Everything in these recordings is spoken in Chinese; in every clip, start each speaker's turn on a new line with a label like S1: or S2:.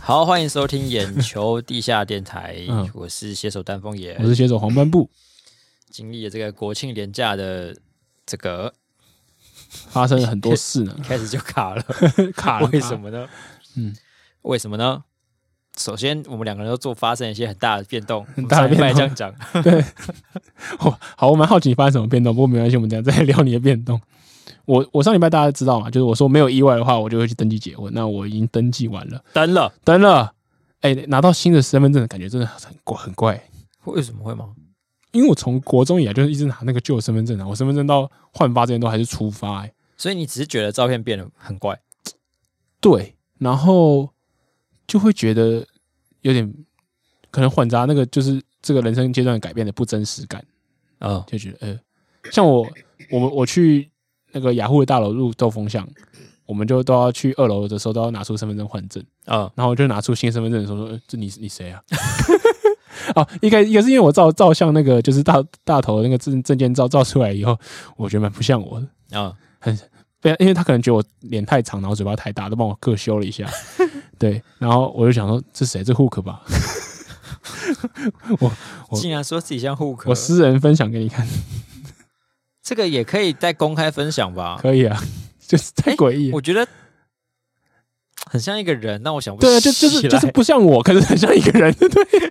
S1: 好，欢迎收听眼球地下电台，
S2: 嗯
S1: 我是携手丹凤眼
S2: 我。是写手黄斑布，
S1: 经历了这个国庆连假的这个，
S2: 发生了很多事呢
S1: 一，开始就卡了，
S2: 卡了
S1: 为什？么呢？
S2: 嗯，
S1: 为什么呢？首先，我们两个人都做发生一些很大的变动，很
S2: 大的变动
S1: 这样讲，
S2: 我好，我蛮好奇你发生什么变动，不过没关系，我们等一下再聊你的变动。我我上礼拜大家知道嘛，就是我说没有意外的话，我就会去登记结婚。那我已经登记完了，
S1: 登 了，
S2: 登了。哎、拿到新的身份证的感觉真的很怪，很怪。
S1: 为什么会吗？
S2: 因为我从国中以来就是一直拿那个旧的身份证啊，我身份证到换发之前都还是初发、哎，
S1: 所以你只是觉得照片变得很怪，
S2: 对，然后就会觉得有点可能混杂那个就是这个人生阶段改变的不真实感。
S1: 嗯，
S2: 就觉得呃，像我我们我去那个雅虎的大楼入兜风巷，我们就都要去二楼的时候都要拿出身份证换证，
S1: 嗯，
S2: 然后我就拿出新身份证的时候说，呃、这你你谁啊？ 哦，应该也是因为我照照相那个就是大大头的那个证证件照照出来以后，我觉得蛮不像我的，
S1: 嗯，
S2: 对，因为他可能觉得我脸太长，然后嘴巴太大，都帮我各修了 一下。对，然后我就想说，这谁？这 Hook 吧？
S1: 呃
S2: 我
S1: 竟然说自己像 h
S2: 我
S1: 可，
S2: 私人分享给你看，
S1: 这个也可以再公开分享吧？
S2: 可以啊？ 就是太
S1: 哎
S2: 诡异了。
S1: 我觉得很像一个人，但我想不
S2: 对啊，就就是
S1: 起来
S2: 就是不像我，可是很像一个人，对，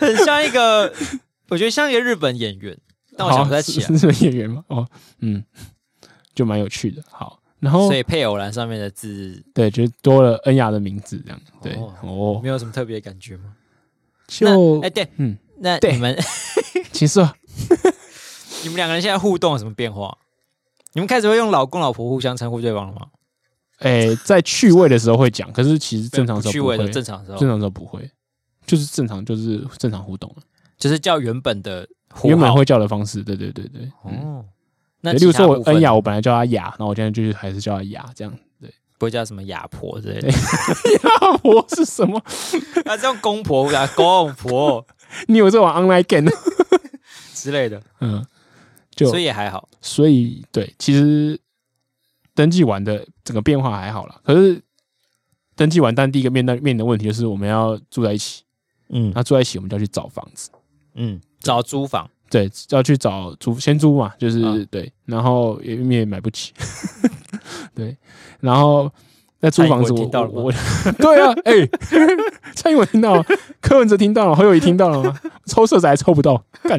S1: 很像一个， 我觉得像一个日本演员，但我想不太起
S2: 是
S1: 来。
S2: 是是演员嘛，哦，嗯，就蛮有趣的。好，然后
S1: 所以配偶栏上面的字
S2: 对，就多了恩雅的名字这样，对，哦，
S1: 没有什么特别的感觉吗？
S2: 就
S1: 那哎、对，
S2: 嗯，
S1: 那
S2: 对
S1: 你们
S2: 其实啊
S1: 你们两个人现在互动有什么变化？你们开始会用老公老婆互相称呼对方了吗？
S2: 哎，在趣味的时候会讲，可是其实正常
S1: 不
S2: 时候
S1: 趣
S2: 不
S1: 味
S2: 会，
S1: 的
S2: 正
S1: 正常的时候，
S2: 常时候不会，就是正常就是正常互动啊，
S1: 就是叫原本的呼号
S2: 原本会叫的方式，对对对对，嗯，
S1: 哦。那
S2: 对例如
S1: 其他
S2: 说我
S1: 部分
S2: 恩雅，我本来叫她雅，然后我现在就是还是叫她雅这样。 对，
S1: 不会叫什么雅婆之类的
S2: 对，大婆是什么？
S1: 啊，这种公婆啊、公婆
S2: 你有这玩 online game？呢
S1: 之类的，
S2: 嗯，就
S1: 所以也还好。
S2: 所以对，其实登记完的整个变化还好啦。可是登记完，但第一个面对面临的问题就是我们要住在一起，
S1: 嗯
S2: 那住在一起我们就要去找房子，
S1: 嗯，找租房，
S2: 对，要去找租先租嘛，就是、
S1: 嗯
S2: 对，然后也因为也买不起， 对，然后。在租房子
S1: 蔡英文哎
S2: 我，
S1: 听到了吗
S2: 我 我对啊，哎、蔡英文听到了，柯文哲听到了，侯友谊听到了吗？ 抽色子还抽不到，干，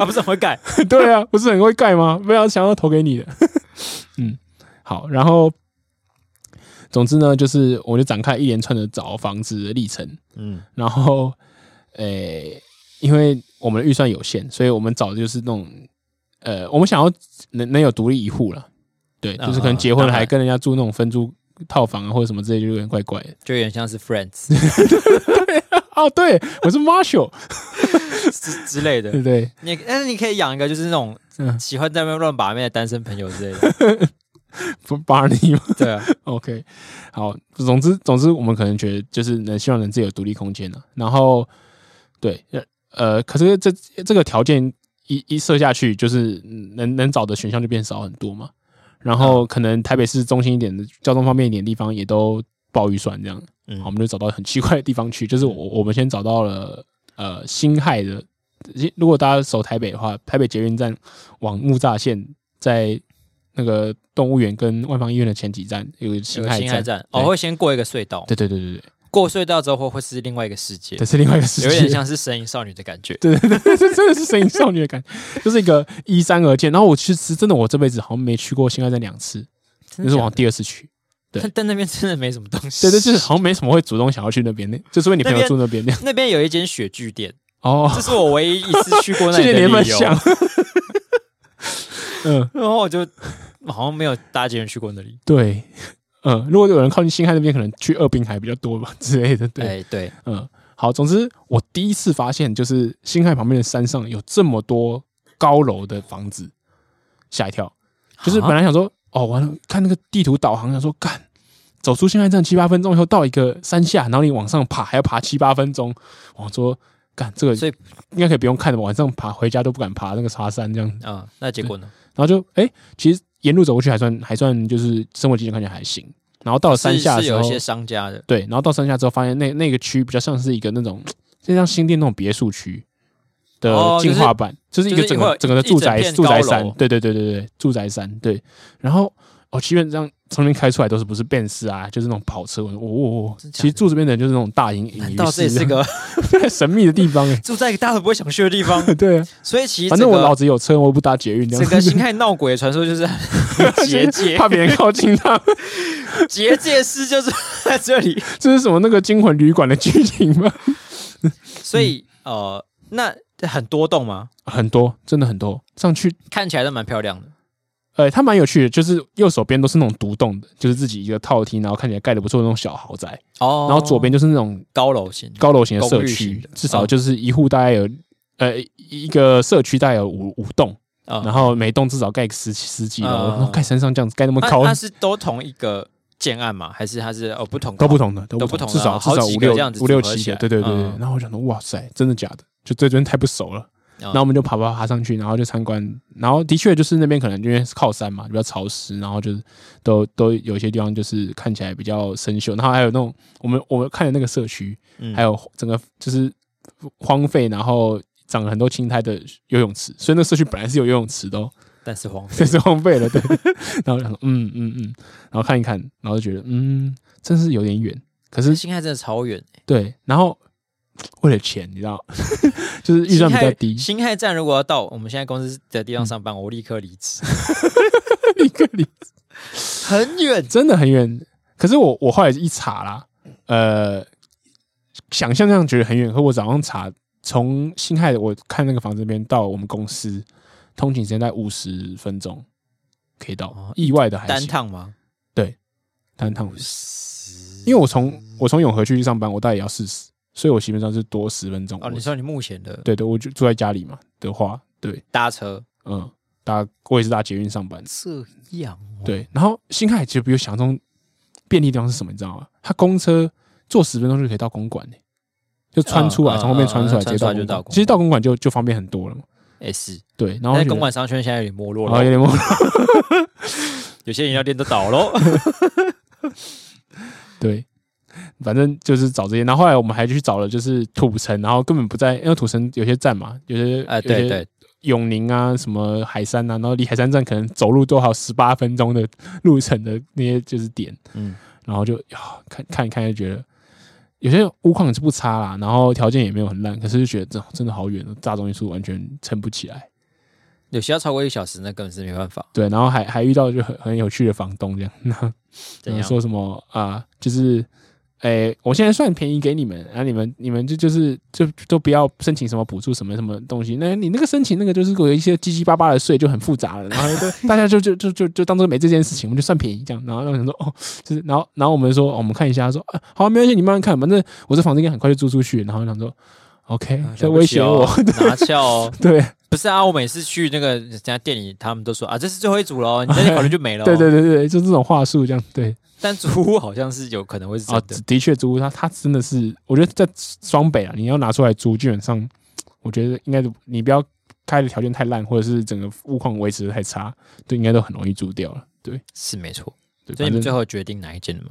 S1: 啊，不是很会改，
S2: 对啊，不是很会盖吗？不要想要投给你的。嗯，好，然后总之呢，就是我就展开一连串的找房子的历程，
S1: 嗯，
S2: 然后 诶、因为我们的预算有限，所以我们找的就是那种呃，我们想要能能有独立一户了，对，就是可能结婚了还跟人家住那种分租套房啊或者什么之类，就有点怪怪的。
S1: 就有点像是 Friends
S2: 哦，对，我是 Marshall，
S1: 之之类的
S2: 对。不对？
S1: 你但是你可以养一个就是那种
S2: 嗯
S1: 喜欢在外面乱把妹的单身朋友之类 的，
S2: 不 Barney 吗？
S1: 对啊，
S2: OK，好，总之总之，我们可能觉得就是能希望能自己有独立空间了、然后，对，呃呃，可是这这个条件一一设下去，就是能能找的选项就变少很多嘛。然后可能台北市中心一点的交通方便一点的地方也都爆预算这样，
S1: 嗯
S2: 好我们就找到很奇怪的地方去，就是我我们先找到了呃新亥的，如果大家守台北的话，台北捷运站往木栅线在。那个动物园跟万方医院的前几站有个
S1: 有
S2: 新
S1: 个
S2: 亥
S1: 新海
S2: 站，
S1: 站
S2: 对
S1: 哦，会先过一个隧道，
S2: 对对对对对，
S1: 过隧道之后会会是另外一个世界
S2: 这，是另外一个世界，
S1: 有 点像是神隐少女的感觉，
S2: 对对对，这真的是神隐少女的感觉，就是一个依山而建。然后我其实真的我这辈子好像没去过新海站两次，
S1: 真
S2: 就
S1: 的
S2: 是
S1: 假的
S2: 往第二次去。对
S1: 但但那边真的没什么 东西，
S2: 对对，就是好像没什么会主动想要去那边的，就除非你朋友住那边那样。
S1: 那边有一间雪具店，
S2: 哦，
S1: 这是我唯一一次去过那里
S2: 谢 谢你的
S1: 的
S2: 分
S1: 理由，
S2: 享。嗯，
S1: 然后我就好像没有搭捷运去过那里，
S2: 对， 嗯，如果有人靠近新海那边，可能去二滨海比较多吧之类的。对，
S1: 哎对，
S2: 嗯，好，总之我第一次发现，就是新海旁边的山上有这么多高楼的房子，吓一跳。就是本
S1: 啊
S2: 来想说，哦，完了，看那个地图导航，想说干，走出新海站七八分钟以后到一个山下，然后你往上爬还要爬七八分钟，我说干这个，
S1: 所以
S2: 应该可以不用看的，晚上爬回家都不敢爬那个茶山这样，
S1: 嗯，那结果呢？
S2: 然后就哎、诶其实沿路走过去还算还算就是生活经验看起来还行，然后到了山
S1: 是
S2: 下的
S1: 是
S2: 时
S1: 有
S2: 候
S1: 一，些商家的，
S2: 对，然后到山下之后，发现那那个区比较像是一个那种，就像新店那种别墅区
S1: 哦
S2: 的
S1: 就
S2: 进
S1: 是
S2: 化版，就是一
S1: 就
S2: 个
S1: 是
S2: 整
S1: 会有
S2: 个
S1: 一
S2: 整个的
S1: 一整
S2: 住宅
S1: 片
S2: 住宅
S1: 高
S2: 山
S1: 楼，
S2: 对对对对对，住宅山对。然后哦，基本上从那边开出来都是不是奔驰啊，就是那种跑车，我说哦哦哦，
S1: 真假
S2: 其实住这边的人就是那种大隐隐
S1: 难
S2: 于
S1: 道这也是
S2: 市，
S1: 个。
S2: 神秘的 地方哎
S1: 住在一个大家都不会想去的地方？
S2: 对啊，
S1: 所以其实
S2: 反
S1: 整
S2: 正我
S1: 个
S2: 老子有车，我不搭捷运 这
S1: 整个
S2: 样子
S1: 辛，亥闹鬼的传说就是结界，
S2: 怕别人靠近 他。
S1: 结界师就是在这里，
S2: 这是什么那个惊魂旅馆的剧情吗？
S1: 所以呃，那很多栋吗？
S2: 很多，真的很多，上去
S1: 看起来都蛮漂亮的。
S2: 呃，它蛮有趣的，就是右手边都是那种独栋的，就是自己一个套厅，然后看起来盖的不错的那种小豪宅，
S1: 哦
S2: 然后左边就是那种
S1: 高楼型，
S2: 高楼型的社
S1: 公寓型
S2: 区
S1: 的，
S2: 至少就是一户大概有呃一一个社区大概有五五栋，
S1: 啊
S2: 然后每栋至少盖个十十几楼，
S1: 嗯
S2: 然后盖山上这样子盖那么
S1: 那
S2: 高
S1: 啊那，是都同一个建案吗？还是它是哦不同
S2: 都不
S1: 同？
S2: 同的，都
S1: 都
S2: 不
S1: 不同
S2: 至少
S1: 啊
S2: 至
S1: 好
S2: 少
S1: 几
S2: 五
S1: 个
S2: 六
S1: 这样子
S2: 五六
S1: 组合
S2: 七
S1: 起
S2: 个，
S1: 来
S2: 对对对。
S1: 嗯
S2: 然后我想说，哇塞，真的假的？就对这边太不熟了。
S1: 嗯
S2: 然后我们就爬爬爬上去，然后就参观，然后的确就是那边可能因为是靠山嘛，比较潮湿，然后就是都都有一些地方就是看起来比较生锈，然后还有那种我们我们看的那个社区，
S1: 嗯
S2: 还有整个就是荒废，然后长了很多青苔的游泳池，所以那社区本来是有游泳池的、哦，
S1: 但是黄
S2: 但是荒废了，对。然后想说，嗯嗯嗯，然后看一看，然后就觉得，嗯，真是有点远，可是
S1: 新海真的超远，
S2: 对，然后为了钱，你知道， 就是 预算比较低，
S1: 新海站如果要到我们现在公司的地方上班，我立刻离 职，
S2: 一个礼
S1: 很远。
S2: 真的很远。可是我我后来一查啦，呃，想象上觉得很远，可我早上查，从辛亥我看那个房子那边到我们公司，通勤时间在五十分钟可以到，
S1: 哦
S2: 意外的还
S1: 单
S2: 行
S1: 趟吗？
S2: 单趟，因为我从我从永和区去上班，我大概也要四十，所以我基本上是多十分钟。
S1: 哦，你
S2: 我
S1: 说你目前的
S2: 对对，我就住在家里嘛的话，对，
S1: 搭车
S2: 嗯，搭我也是搭捷运上班，
S1: 这样哦，
S2: 对，然后新海其实比我想象中便利的地方是什么，你知道吗？它公车坐十分钟就可以到公馆、欸、就穿出来，
S1: 嗯
S2: 从后面穿出来
S1: 嗯嗯
S2: 直接到
S1: 穿出来就
S2: 公
S1: 到公。
S2: 馆
S1: 馆
S2: 其实到公馆就就方便很多了嘛。
S1: 哎是。
S2: 对，然后
S1: 但
S2: 就是觉得
S1: 公馆商圈现在有点没落
S2: 然后有
S1: 了，
S2: 点 懵。
S1: 有些饮料店都倒 喽。
S2: 对，反正就是找这些。然后后来我们还去找了，就是土城，然后根本不在，因为土城有些站嘛，有些
S1: 哎，
S2: 有
S1: 对
S2: 些
S1: 对，
S2: 永宁啊，什么海山啊，然后离海山站可能走路都好十八分钟的路程的那些就是点，
S1: 嗯，
S2: 然后就呀看看一看就觉得有些屋况也是不差啦，然后条件也没有很烂，可是就觉得这真的好远，大众运输完全撑不起来。
S1: 有些要超过一个小时，那根本是没办法。
S2: 对，然后还还遇到就很很有趣的房东这样，
S1: 怎
S2: 然
S1: 样
S2: 后？说什么啊、就是。哎、我现在算便宜给你们，啊，你们你们就就是就都不要申请什么补助什么什么东西，那你那个申请那个就是有一些七七八八的税就很复杂了，然后 就大家就就就就就当做没这件事情，我们就算便宜这样，然后让人说哦，就是然后然后我们说、哦我们看一下，说啊好啊没关系，你慢慢看，反正我这房子应该很快就租出去，然后想说 OK
S1: 啊
S2: 在
S1: 了不
S2: 威
S1: 起
S2: 胁
S1: 哦
S2: 我，
S1: 拿翘哦！
S2: 对
S1: 不是啊，我每次去那个人家店里，他们都说啊，这是最后一组喽，你再考虑就没了。哦
S2: 对对，对对，就这种话术这样对。
S1: 但租屋好像是有可能会是
S2: 啊，
S1: 真的
S2: 的。的确租它，它真的是，我觉得在双北啊，你要拿出来租，基本上我觉得应该你不要开的条件太烂，或者是整个物况维持的太差，对，应该都很容易租掉了。对，
S1: 是没错。
S2: 对，
S1: 所以你们
S2: 反正
S1: 最后决定哪一间了吗？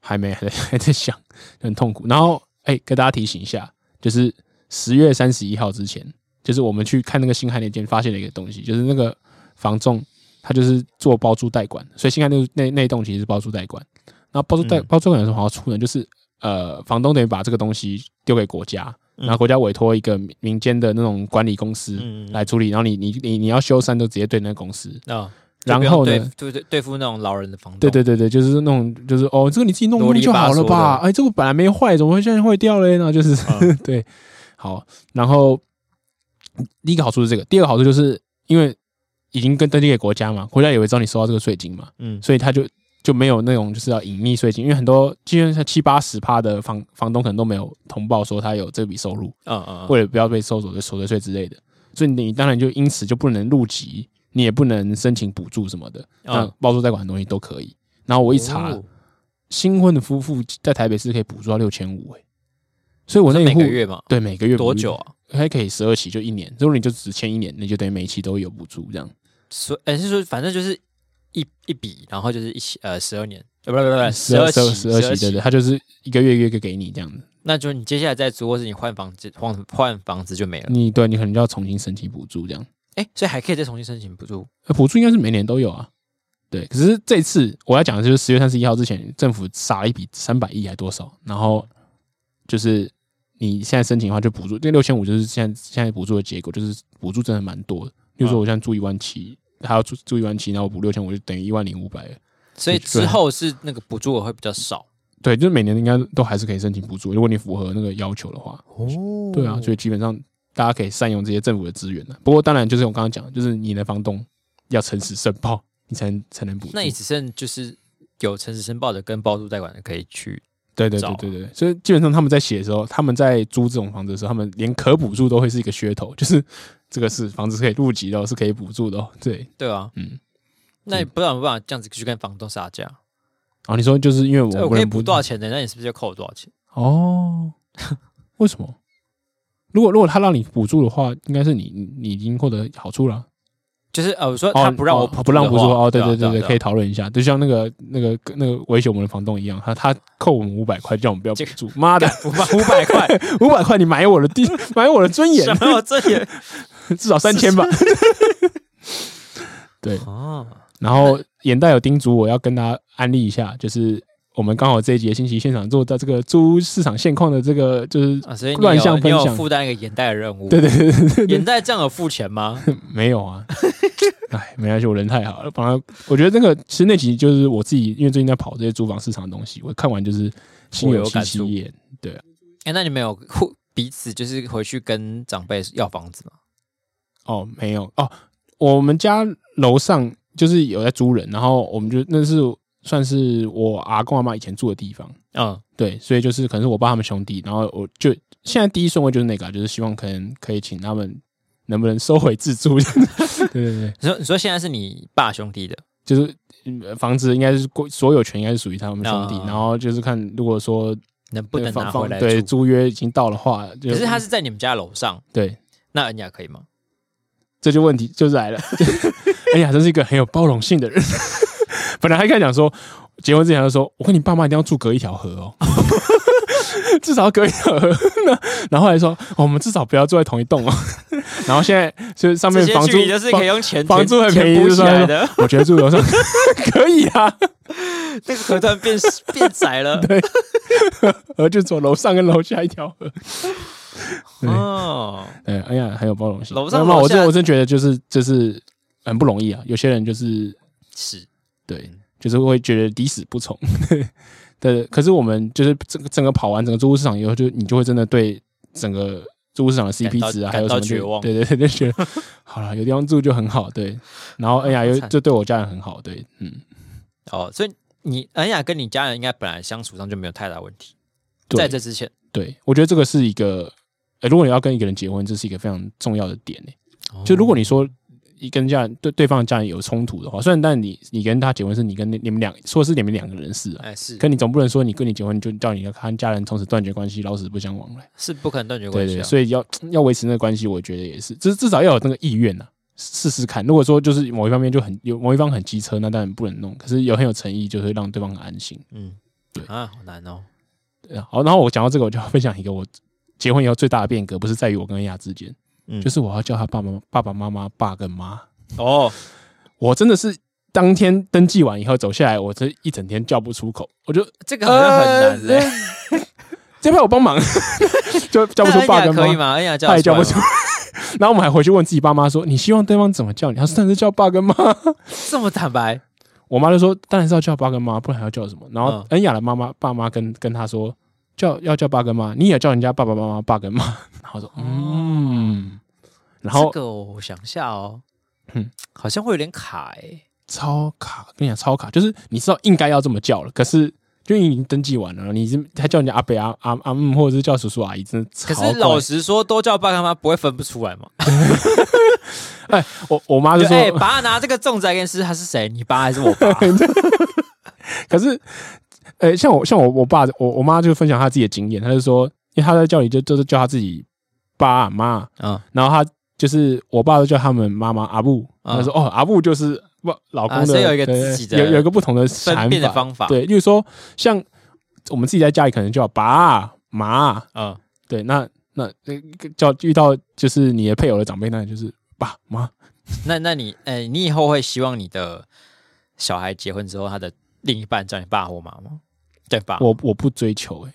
S2: 还没还在还在想，很痛苦。然后哎、跟大家提醒一下，就是十月三十一号之前，就是我们去看那个新海那间，发现了一个东西，就是那个房仲他就是做包租代管，所以新海那那那一栋其实是包租代管。然后包租代、
S1: 嗯
S2: 包租代管有什么好处呢？就是呃，房东等于把这个东西丢给国家，
S1: 嗯
S2: 然后国家委托一个民民间的那种管理公司
S1: 嗯，
S2: 来处理，然后你你你你要修缮都直接对那个公司，
S1: 啊，就不
S2: 然
S1: 用
S2: 后呢
S1: 对？对对对付那种老人的房东。
S2: 对对对对，就是那种，就是哦，这个你自己弄
S1: 啰
S2: 弄
S1: 里
S2: 就
S1: 吧
S2: 好了
S1: 嗦
S2: 吧？
S1: 的
S2: 哎，这个本来没坏，怎么会现在坏掉嘞？然后就是、
S1: 嗯
S2: 对，好，然后第一个好处是这个，第二个好处就是因为已经跟登记给国家嘛，国家也会知道你收到这个税金嘛，
S1: 嗯，
S2: 所以他就就没有那种就是要隐匿税金，因为很多基本上七八十趴的房房东可能都没有通报说他有这笔收入，
S1: 嗯嗯嗯，
S2: 为了不要被收所得所得税之类的，所以你当然就因此就不能入籍，你也不能申请补助什么的。那
S1: 嗯
S2: 包租代管的东西都可以。然后我
S1: 我
S2: 一查，新婚的夫妇在台北市可以补助到六千五，哎，所以我那一
S1: 每
S2: 户
S1: 个月嘛，
S2: 对每个月补
S1: 多久？啊？
S2: 还可以十二期，就一年。如果你就只签一年，你就等于每一期都有补助这样。
S1: 所哎是说，反正就是一一笔，然后就是一起呃十二年，呃不不不，
S2: 嗯十
S1: 二
S2: 二十二十二
S1: 二
S2: 期，对对，他就是一个月一个月给你这样子，
S1: 那就你接下来再租，或是你换房子换换房子就没了。
S2: 你对你可能就要重新申请补助这样。
S1: 哎，所以还可以再重新申请补助。
S2: 呃补助应该是每年都有啊。对，可是这次我要讲的就是十月三十一号之前，政府撒了一笔三百亿还多少，然后就是你现在申请的话就补助，这六千五就是现在现在补助的结果，就是补助真的蛮多的。
S1: 嗯
S2: 比如说我现在住一万七，还要住住一万七，然后我补六千，我就等于一万零五百了。
S1: 所以
S2: 对
S1: 之后是那个补助额会比较少。
S2: 对，就是每年应该都还是可以申请补助，如果你符合那个要求的话。
S1: 哦
S2: 对啊，所以基本上大家可以善用这些政府的资源的。不过当然就是我刚刚讲的，就是你的房东要诚实申报，你才能才能补助。
S1: 那你只剩就是有诚实申报的跟包租贷款的可以去。
S2: 对对
S1: 找
S2: 对
S1: 啊
S2: 对对，所以基本上他们在写的时候，他们在租这种房子的时候，他们连可补助都会是一个噱头， 就是这个是房子是可以入籍的哦，是可以补助的哦。对，
S1: 对啊，
S2: 嗯。
S1: 那你不知道有没有办法这样子去跟房东杀价？
S2: 然后哦你说就是因为
S1: 这
S2: 我
S1: 我
S2: 不
S1: 可以
S2: 能
S1: 补多少钱的？那你是不是就扣我多少钱？
S2: 哦？ 为什么？如果如果他让你补助的话，应该是你你你已经获得好处了啊。
S1: 就是呃，我说
S2: 哦
S1: 他不让我
S2: 哦
S1: 补
S2: 不让补助
S1: 的话
S2: 哦，对
S1: 啊
S2: 对对对，
S1: 啊
S2: 可以讨论一下。就像那个那个那个威胁我们的房东一样，他他扣我们五百块，叫我们不要补
S1: 这个
S2: 助。妈的，
S1: 五百啊五百块，
S2: 五百块你买我的地， 买我的尊严
S1: 什，么这 也
S2: 至少三千吧。
S1: 啊？
S2: 然后眼袋有叮嘱我要跟大家安利一下，就是我们刚好这一节星期现场做到这个租屋市场现况的这个，就是
S1: 啊所以你
S2: 乱
S1: 有
S2: 象
S1: 你
S2: 分
S1: 有
S2: 享
S1: 负担一个眼袋的任务，
S2: 对对对对
S1: 眼袋这样有付钱吗？
S2: 没有啊。哎，没关系，我人太好了。反正我觉得那个其实那集就是我自己，因为最近在跑这些租房市场的东西，我看完就是心
S1: 颇
S2: 有
S1: 有
S2: 戚
S1: 感触
S2: 戚焉。对啊，
S1: 哎，那你们有互彼此就是回去跟长辈要房子吗？
S2: 哦，没有哦，我们家楼上就是有在租人，然后我们就那是算是我阿公阿妈以前住的地方。
S1: 嗯，
S2: 对，所以就是可能是我爸他们兄弟，然后我就现在第一顺位就是那个、啊，就是希望可能可以请他们能不能收回自住， 对对对，
S1: 你说你说现在是你爸兄弟的，
S2: 就是嗯房子应该是归所有权应该是属于他们兄弟，
S1: 啊
S2: 然后就是看如果说
S1: 能不
S2: 那个
S1: 能拿
S2: 房
S1: 回
S2: 房
S1: 来
S2: 对
S1: 住？
S2: 租约已经到的话，就
S1: 可是他是在你们家楼上，
S2: 对，
S1: 那人家可以吗？
S2: 这就问题就是来了， 哎呀，真是一个很有包容性的人， 本来还敢讲说结婚之前他就说我跟你爸妈一定要住隔一条河哦。 至少要隔一条河， 那然后后来说、哦我们至少不要住在同一栋哦。 然后现在就是上面
S1: 这些
S2: 房租
S1: 距离就是可以用钱
S2: 房
S1: 填
S2: 房租很便宜
S1: 填补
S2: 就
S1: 起
S2: 算
S1: 来
S2: 了
S1: 的，
S2: 我觉得住楼上 可以啊，
S1: 那个河段变变窄 了。
S2: 而就走楼上跟楼下一条河。对
S1: 哦，
S2: 对，哎呀，很有包容性。
S1: 楼上
S2: 那么
S1: 楼
S2: 我真
S1: 下
S2: 我真觉得就是就是很不容易啊。有些人就是
S1: 是
S2: 对，
S1: 嗯
S2: 就是会觉得抵死不从。 对，可是我们就是整个整个跑完整个租屋市场以后，就你就会真的对整个租屋市场的
S1: 感到
S2: CP 值啊，还
S1: 感
S2: 有什
S1: 到
S2: 么就
S1: 绝望
S2: 对对对，就觉 得好了，有地方住就很好。对，然后哎呀，
S1: 好
S2: 又
S1: 惨
S2: 就对我家人很好。对，嗯，
S1: 哦，所以你恩雅跟你家人应该本来相处上就没有太大问题，
S2: 对
S1: 在这之前
S2: 对，我觉得这个是一个，呃，如果你要跟一个人结婚，这是一个非常重要的点呢、就如果你说一跟家人对对方的家人有冲突的话，虽然但你你跟他结婚是你跟你你们两说是你们两个人事啊，
S1: 哎是
S2: 可你总不能说你跟你结婚就叫你的跟家人从此断绝关系，老死不相往来。
S1: 是不可能断绝
S2: 对
S1: 关
S2: 对，
S1: 系
S2: 对
S1: 啊。
S2: 所以要要维持那个关系，我觉得也是，至至少要有那个意愿呐、啊试试看。如果说就是某一方面就很有某一方很机车，那当然不能弄。可是有很有诚意，就会让对方很安心。
S1: 嗯
S2: 对，
S1: 啊，好难哦。
S2: 对啊好，然后我讲到这个，我就要分享一个我结婚以后最大的变革，不是在于我跟恩雅之间，
S1: 嗯
S2: 就是我要叫他爸爸爸爸妈妈、爸跟妈。
S1: 哦，
S2: 我真的是当天登记完以后走下来，我这一整天叫不出口，我就
S1: 这个好像很难欸
S2: 呃
S1: 嘞。
S2: 要不要我帮忙？ 就呃叫不出
S1: 那
S2: 爸
S1: 恩雅
S2: 跟妈
S1: 可以。吗？恩哎雅叫
S2: 他也
S1: 出
S2: 叫
S1: 来
S2: 不
S1: 吗
S2: 出， 然后我们还回去问自己爸妈说：“你希望对方怎么叫你？”他 说：“当然是叫爸跟妈。
S1: 这么坦白，”
S2: 我妈就说：“当然是要叫爸跟妈，不然还要叫什么？”然后
S1: 嗯
S2: 恩雅的妈妈爸妈跟跟他说：“叫要叫爸跟妈，你也叫人家爸爸妈妈爸跟妈。”然后我说：“嗯。”然后
S1: 哦这个我我想一下哦
S2: 嗯，
S1: 好像会有点卡哎。
S2: 超卡，跟你讲超卡，就是你知道应该要这么叫了，可是就已经登记完了，你是还叫人家阿伯阿阿阿姆，或者是叫叔叔阿姨，真的超
S1: 可
S2: 怪。
S1: 是老实说，都叫爸干妈不会分不出来嘛？
S2: 哎，我我妈就
S1: 就
S2: 说，嗯
S1: 哎，爸拿这个粽子来给你吃，他是谁？你爸还是我爸？
S2: 可是，呃、像我像我我爸我我妈就分享她自己的经验，她就说，因为她在叫你就就是叫她自己爸啊妈，
S1: 嗯，
S2: 然后她就是我爸都叫他们妈妈阿布，
S1: 嗯
S2: 她说哦阿布就是不老公
S1: 啊
S2: 的，
S1: 所以有一个
S2: 对
S1: 自己的
S2: 有有一个不同的
S1: 分
S2: 想
S1: 辨的
S2: 法。
S1: 方法，，
S2: 对，例如说像我们自己在家里可能叫爸啊妈，
S1: 嗯，
S2: 对，那那那叫遇到就是你的配偶的长辈，那就是爸妈。
S1: 那那你，哎、你以后会希望你的小孩结婚之后，他的另一半叫你爸或妈吗？叫你爸，
S2: 我我不追求哎、
S1: 啊
S2: 欸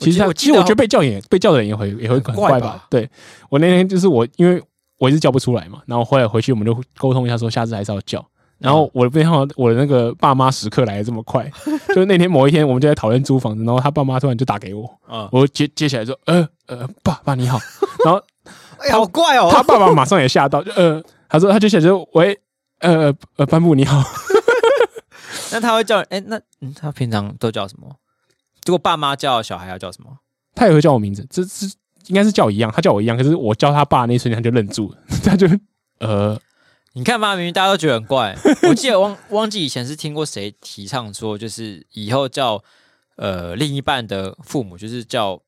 S1: 我
S2: 其
S1: 记
S2: 实
S1: 得
S2: 他
S1: 我记
S2: 其实
S1: 得
S2: 我
S1: 好
S2: 觉得被叫也被叫的人也会也会很
S1: 怪
S2: 怪
S1: 吧
S2: 吧。对我那天就是我因为我一直叫不出来嘛，然后后来回去我们就沟通一下说下次还是要叫。然
S1: 嗯
S2: 后我的变化，我的那个爸妈时刻来的这 么快，就是那天某一天我们就在讨论租房子，然后他爸妈突然就打给我，
S1: 嗯，
S2: 我接接起来说，呃呃，爸爸 你好，然后
S1: 哎、好怪哦、
S2: 他爸爸马上也吓到，就呃，他说他就写着喂，呃呃，班布你好，
S1: 那他会叫，哎、那、嗯、他平常都叫什么？如果爸妈叫小孩要叫什么？
S2: 他也会叫我名字，这这应该是叫我一样，他叫我一样，可是我叫他爸那一瞬间他就愣住了， 他就呃，
S1: 你看吧，明明大家都觉得很怪。 我记得忘忘记以前是听过谁提倡说，就是以后叫呃另一半的父母，就是叫，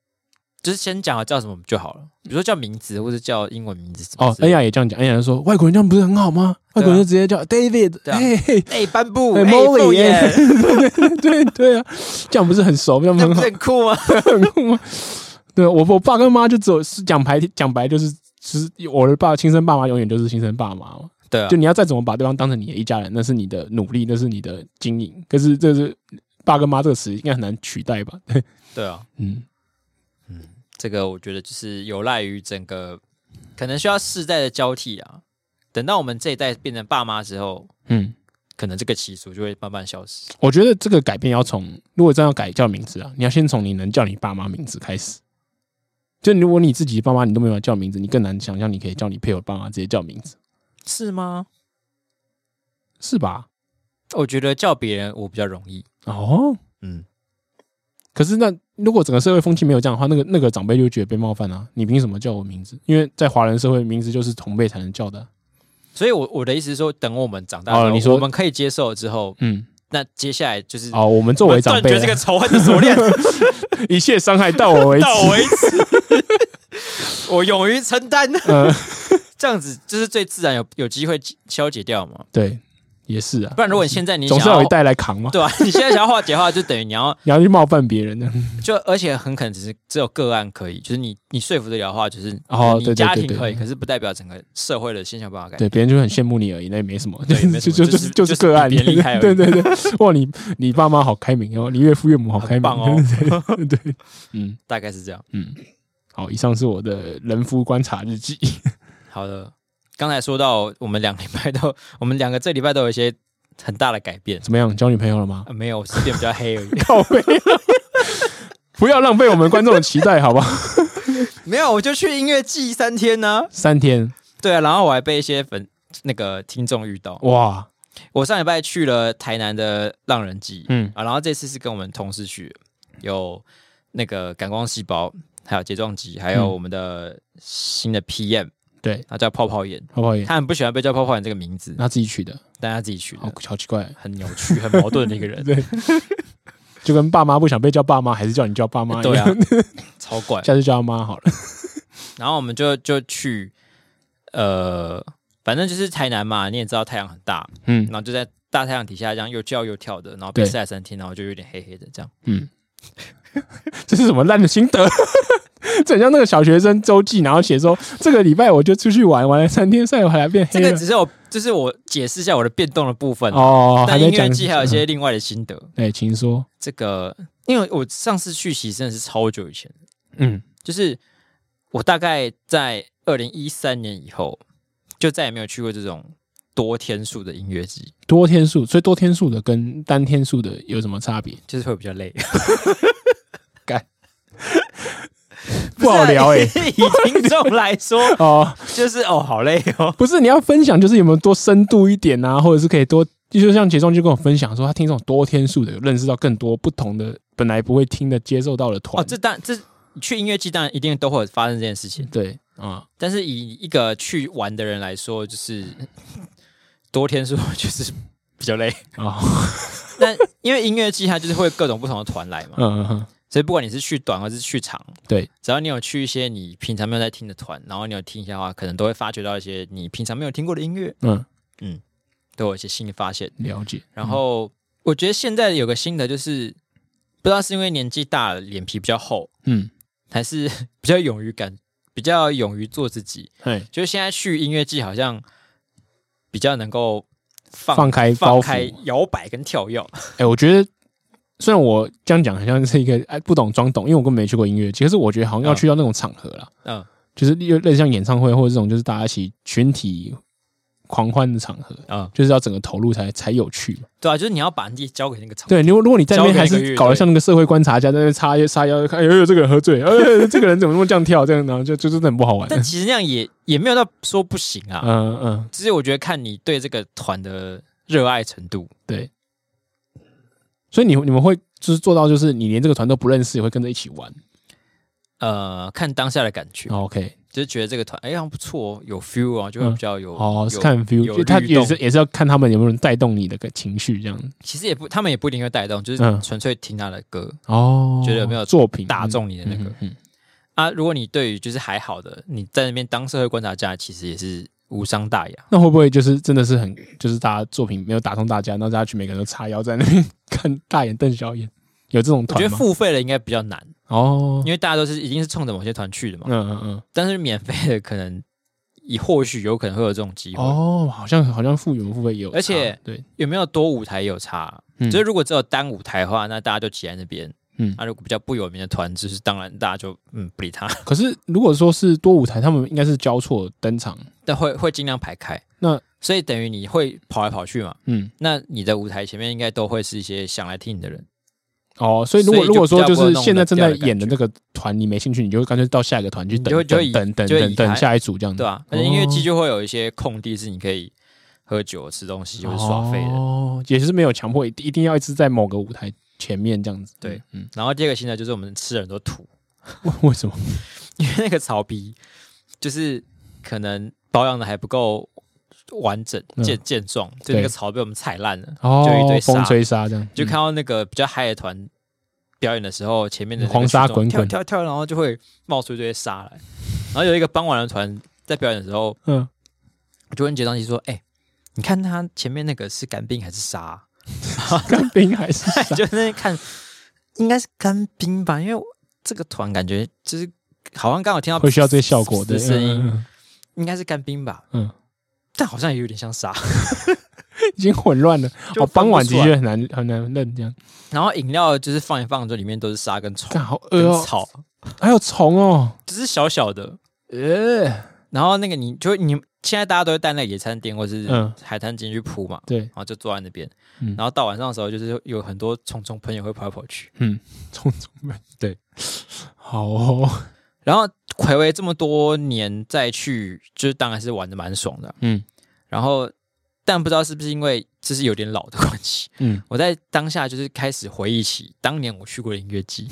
S1: 就是先讲好叫什么就好了，比如说叫名字或者叫英文名字什么
S2: 哦，
S1: 之类
S2: 恩
S1: 的。
S2: 雅也这样讲，恩雅就说外国人这样不是很好吗？
S1: 对啊
S2: 外国人就直接叫 David，
S1: 对啊
S2: 嘿 嘿，
S1: 哎、颁布，
S2: 哎
S1: 哎、
S2: Molly，
S1: 凤眼
S2: 哎 对对啊，这样不是很熟，这样不
S1: 那
S2: 是
S1: 不是
S2: 很好，
S1: 很酷吗？
S2: 很酷吗？ 对我我爸跟妈就只有是讲白讲白就是。是我的爸，亲生爸妈永远就是亲生爸妈嘛。
S1: 对啊
S2: 就，你要再怎么把对方当成你的一家人，那是你的努力，那是你的经营。可是这是爸跟妈这个词应该很难取代吧？对，
S1: 对啊，
S2: 嗯，
S1: 嗯这个我觉得就是有赖于整个，可能需要世代的交替啊。等到我们这一代变成爸妈之后，
S2: 嗯，
S1: 可能这个习俗就会慢慢消失。
S2: 我觉得这个改变要从，如果真要改叫名字啊，你要先从你能叫你爸妈名字开始。就如果你自己爸妈你都没有叫名字，你更难想象你可以叫你配偶爸妈直接叫名字，
S1: 是吗？
S2: 是吧？
S1: 我觉得叫别人我比较容易。
S2: 哦，
S1: 嗯，
S2: 可是那如果整个社会风气没有这样的话，那个那个长辈就觉得被冒犯啊！你凭什么叫我名字？因为在华人社会，名字就是同辈才能叫的啊。
S1: 所以我我的意思是说，等我们长大之后，
S2: 哦你说
S1: 我们可以接受之后，
S2: 嗯，那
S1: 那接下来就是
S2: 哦，我们作为长
S1: 断
S2: 辈
S1: 绝
S2: 啊，
S1: 这个仇恨的锁 链
S2: 一切伤害到我为止。
S1: 到为止。我勇于承担，
S2: 呃，
S1: 这样子就是最自然有有机会消解掉嘛。
S2: 对，也是啊
S1: 不，然如果你现在你
S2: 总
S1: 想
S2: 是要
S1: 要
S2: 有一代来扛嘛。
S1: 对啊，你现在想要化解的话，就等于你要
S2: 你要去冒犯别人的，
S1: 就而且很可能只是只有个案可以，就是你你说服得了的话，就是
S2: 哦
S1: 你
S2: 对对
S1: 家
S2: 对
S1: 庭
S2: 对
S1: 可以，可是不代表整个社会的现象办法改变。
S2: 对别人就很羡慕你而已，那也没什么，就
S1: 对没什
S2: 就
S1: 么
S2: 就
S1: 就是
S2: 是
S1: 就是
S2: 是个案，
S1: 比别人厉害而已
S2: 对对对，哇，你你爸妈好开明哦，你岳父岳母好开
S1: 很
S2: 明
S1: 棒哦，
S2: 对对对，嗯
S1: 大概是这样。
S2: 嗯，好，以上是我的人夫观察日记，
S1: 好的，刚才说到我们两个礼拜都，我们两个这礼拜都有一些很大的改变。
S2: 怎么样？交女朋友 了吗？
S1: 啊、没有，我是变比较黑而已。
S2: 靠背，不要浪费我们观众的期待，好不好？
S1: 没有，我就去音乐季三天呢、
S2: 三天，
S1: 对啊，然后我还被一些粉那个听众遇到。
S2: 哇，
S1: 我上礼拜去了台南的浪人季，
S2: 嗯
S1: 啊，然后这次是跟我们同事去的，有那个感光细胞，还有睫状肌，还有
S2: 嗯
S1: 我们的新的 PM，
S2: 对，
S1: 他叫泡泡眼，
S2: 好不好？
S1: 他很不喜欢被叫泡泡眼这个名字，
S2: 他自己取的，
S1: 但他自己取
S2: 好
S1: 的，
S2: 好奇怪，
S1: 很扭曲、很矛盾的一个 人，
S2: 对，就跟爸妈不想被叫爸妈，还是叫你叫爸妈一样，
S1: 对啊， 超怪。
S2: 下次叫他妈好了。
S1: 然后我们就就去，呃，反正就是台南嘛，你也知道太阳很大，
S2: 嗯
S1: 然后就在大太阳底下这样又叫又跳的，然后被
S2: 对
S1: 晒三天，然后就有点黑黑的这样。
S2: 嗯， 这是什么烂的心得？ 这很像那个小学生周记，然后写说这个礼拜我就出去玩，玩了三天晒，我还来变
S1: 这
S2: 黑
S1: 个
S2: 了
S1: 只。是我，就是我解释一下我的变动的部分啊。
S2: 哦，还
S1: 但
S2: 在
S1: 音乐
S2: 讲
S1: 季还有一些另外的心得。
S2: 哎，请说。
S1: 这个，因为我上次去其实真的是超久以前，
S2: 嗯，
S1: 就是我大概在二零一三年以后，就再也没有去过这种多天数的音乐季，
S2: 多天数，所以多天数的跟单天数的有什么差别？
S1: 就是会比较 累，
S2: 不好聊哎、
S1: 不是啊 以以听众来说，
S2: 哦，
S1: 就是哦，好累哦。
S2: 不是，你要分享就是有没有多深度一点啊，或者是可以多，就像杰忠就跟我分享说，他听这种多天数的，有认识到更多不同的，本来不会听的，接受到的
S1: 哦，
S2: 团。
S1: 这当这去音乐季当然一定都会有发生这件事情，
S2: 对啊、
S1: 但是以一个去玩的人来说，就是多天数就是比较累。
S2: 哦，
S1: 但因为音乐季它就是会有各种不同的团来嘛，
S2: 嗯嗯嗯，
S1: 所以不管你是去短还是去长，
S2: 对，
S1: 只要你有去一些你平常没有在听的团，然后你有听一下的话，可能都会发掘到一些你平常没有听过的音乐。
S2: 嗯，
S1: 都有一些新的发现。
S2: 了解。
S1: 然
S2: 嗯
S1: 后我觉得现在有个新的就是，不知道是因为年纪大了，脸皮比较厚，
S2: 嗯，
S1: 还是 比较勇于敢，比较勇于做自己。
S2: 嘿，
S1: 就是现在去音乐季好像比较能够放
S2: 放开
S1: 放
S2: 包袱
S1: 开摇摆跟跳跃。
S2: 哎、我觉得虽然我这样讲好像是一个哎不懂装懂，因为我根本没去过音乐节，可是我觉得好像要
S1: 嗯
S2: 去到那种场合啦，
S1: 嗯，
S2: 就是类类似像演唱会或者这种就是大家一起群体狂欢的场合，
S1: 嗯
S2: 就是要整个投入才才有趣嘛。
S1: 对啊，就是你要把你自己交给那个场。
S2: 对，如果如果你在那边
S1: 交给
S2: 还
S1: 那个
S2: 是
S1: 乐
S2: 搞得
S1: 队
S2: 像那个社会观察家在那边叉腰叉腰，看哎呦这个人喝醉，哎呦这个人怎么那么这样跳，这样然后就就真的很不好玩。
S1: 但其实那样也也没有到说不行啊，
S2: 嗯嗯，
S1: 只是我觉得看你对这个团的热爱程度。
S2: 对。所以你你们会就是做到，就是你连这个团都不认识，也会跟着一起玩。哦
S1: 呃，看当下的感觉，
S2: OK，
S1: 就是觉得这个团哎，好像不错哦，有 feel 啊，就会比较有、
S2: 哦，是
S1: 有
S2: 看 feel，
S1: 有
S2: 就他
S1: 律
S2: 也
S1: 动
S2: 是也是要看他们有没有人带动你的个情绪这样。
S1: 其实也不，他们也不一定会带动，就是
S2: 嗯
S1: 纯粹听他的歌、
S2: 哦，
S1: 觉得有没有
S2: 作品
S1: 打中你的那个、
S2: 嗯嗯嗯
S1: 啊。如果你对于就是还好的，你在那边当社会观察家，其实也是无伤大雅。
S2: 那会不会就是真的是很，就是大家作品没有打动大家，然后大家去每个人都叉腰在那边看大眼瞪小眼，有这种
S1: 我觉
S2: 团
S1: 得
S2: 吗？
S1: 付费的应该比较难，
S2: 哦，
S1: 因为大家都是一定是冲着某些团去的嘛。
S2: 嗯嗯嗯，
S1: 但是免费的可能也或许有可能会有这种机会，
S2: 哦，好像好像复原付费也有差，
S1: 而且
S2: 对，
S1: 有没有多舞台也有差。
S2: 嗯
S1: 就是如果只有单舞台的话，那大家就挤在那边。
S2: 嗯
S1: 那、如果比较不有名的团，就是当然大家就嗯不理他，
S2: 可是如果说是多舞台，他们应该是交错登场，
S1: 但会会尽量排开。
S2: 那
S1: 所以等于你会跑来跑去嘛？
S2: 嗯，
S1: 那你的舞台前面应该都会是一些想来听你的人。
S2: 哦，所以如
S1: 所
S2: 果
S1: 以就
S2: 如果说
S1: 比较
S2: 就
S1: 不会
S2: 是
S1: 弄
S2: 现在
S1: 得
S2: 正
S1: 掉
S2: 在
S1: 的感
S2: 演的那个团你没兴趣，你就干脆到下一个团去
S1: 你就会
S2: 等
S1: 就会
S2: 等
S1: 以
S2: 等等
S1: 就会以
S2: 等等
S1: 台
S2: 下一组这样子，
S1: 对啊，而且音乐季就会有一些空地是你可以喝酒、吃东西或者耍废的。
S2: 哦，也是没有强迫一定一定要一直在某个舞台前面这样子。
S1: 对，
S2: 嗯，
S1: 然后第二个新的就是我们吃了很多土，
S2: 为为什么？
S1: 因为那个草皮就是可能保养的还不够完整、
S2: 嗯
S1: 健健壮，就那
S2: 对
S1: 个草被我们踩烂了。
S2: 哦，
S1: 就一堆沙
S2: 风吹沙这样，嗯
S1: 就看到那个比较嗨的团表演的时候，前面的那个
S2: 黄沙
S1: 群众
S2: 滚滚
S1: 跳跳跳，然后就会冒出一堆沙来。然后有一个傍晚的团在表演的时候，
S2: 嗯，
S1: 我就问结账机说：“哎、你看他前面那个是干冰还是沙啊、
S2: 干冰 还是沙，
S1: 就在那边看，应该是干冰吧，因为我这个团感觉就是好像刚好听到
S2: 会需要这些效果的
S1: 的声音，
S2: 嗯，
S1: 应该是干冰吧，
S2: 嗯
S1: 但好像也有点像沙。
S2: 嗯已经混乱了。
S1: 就
S2: 哦，
S1: 分
S2: 傍
S1: 不
S2: 晚的
S1: 出来
S2: 确很难很难认这样，
S1: 然后饮料就是放一放，就里面都是沙跟虫
S2: 看好饿
S1: 跟
S2: 哦，
S1: 草，
S2: 还有虫哦，
S1: 只是小小的。
S2: 呃，
S1: 然后那个你就你现在大家都会带那个野餐垫或是
S2: 嗯
S1: 海滩巾去铺嘛，
S2: 对，
S1: 然后就坐在那边，
S2: 嗯
S1: 然后到晚上的时候就是有很多虫虫朋友会跑来跑去，
S2: 嗯虫虫们，
S1: 对，
S2: 好哦，
S1: 然后暌违这么多年再去，就是当然是玩的蛮爽的啊。
S2: 嗯
S1: 然后，但不知道是不是因为就是有点老的关系，
S2: 嗯，
S1: 我在当下就是开始回忆起当年我去过的音乐 季，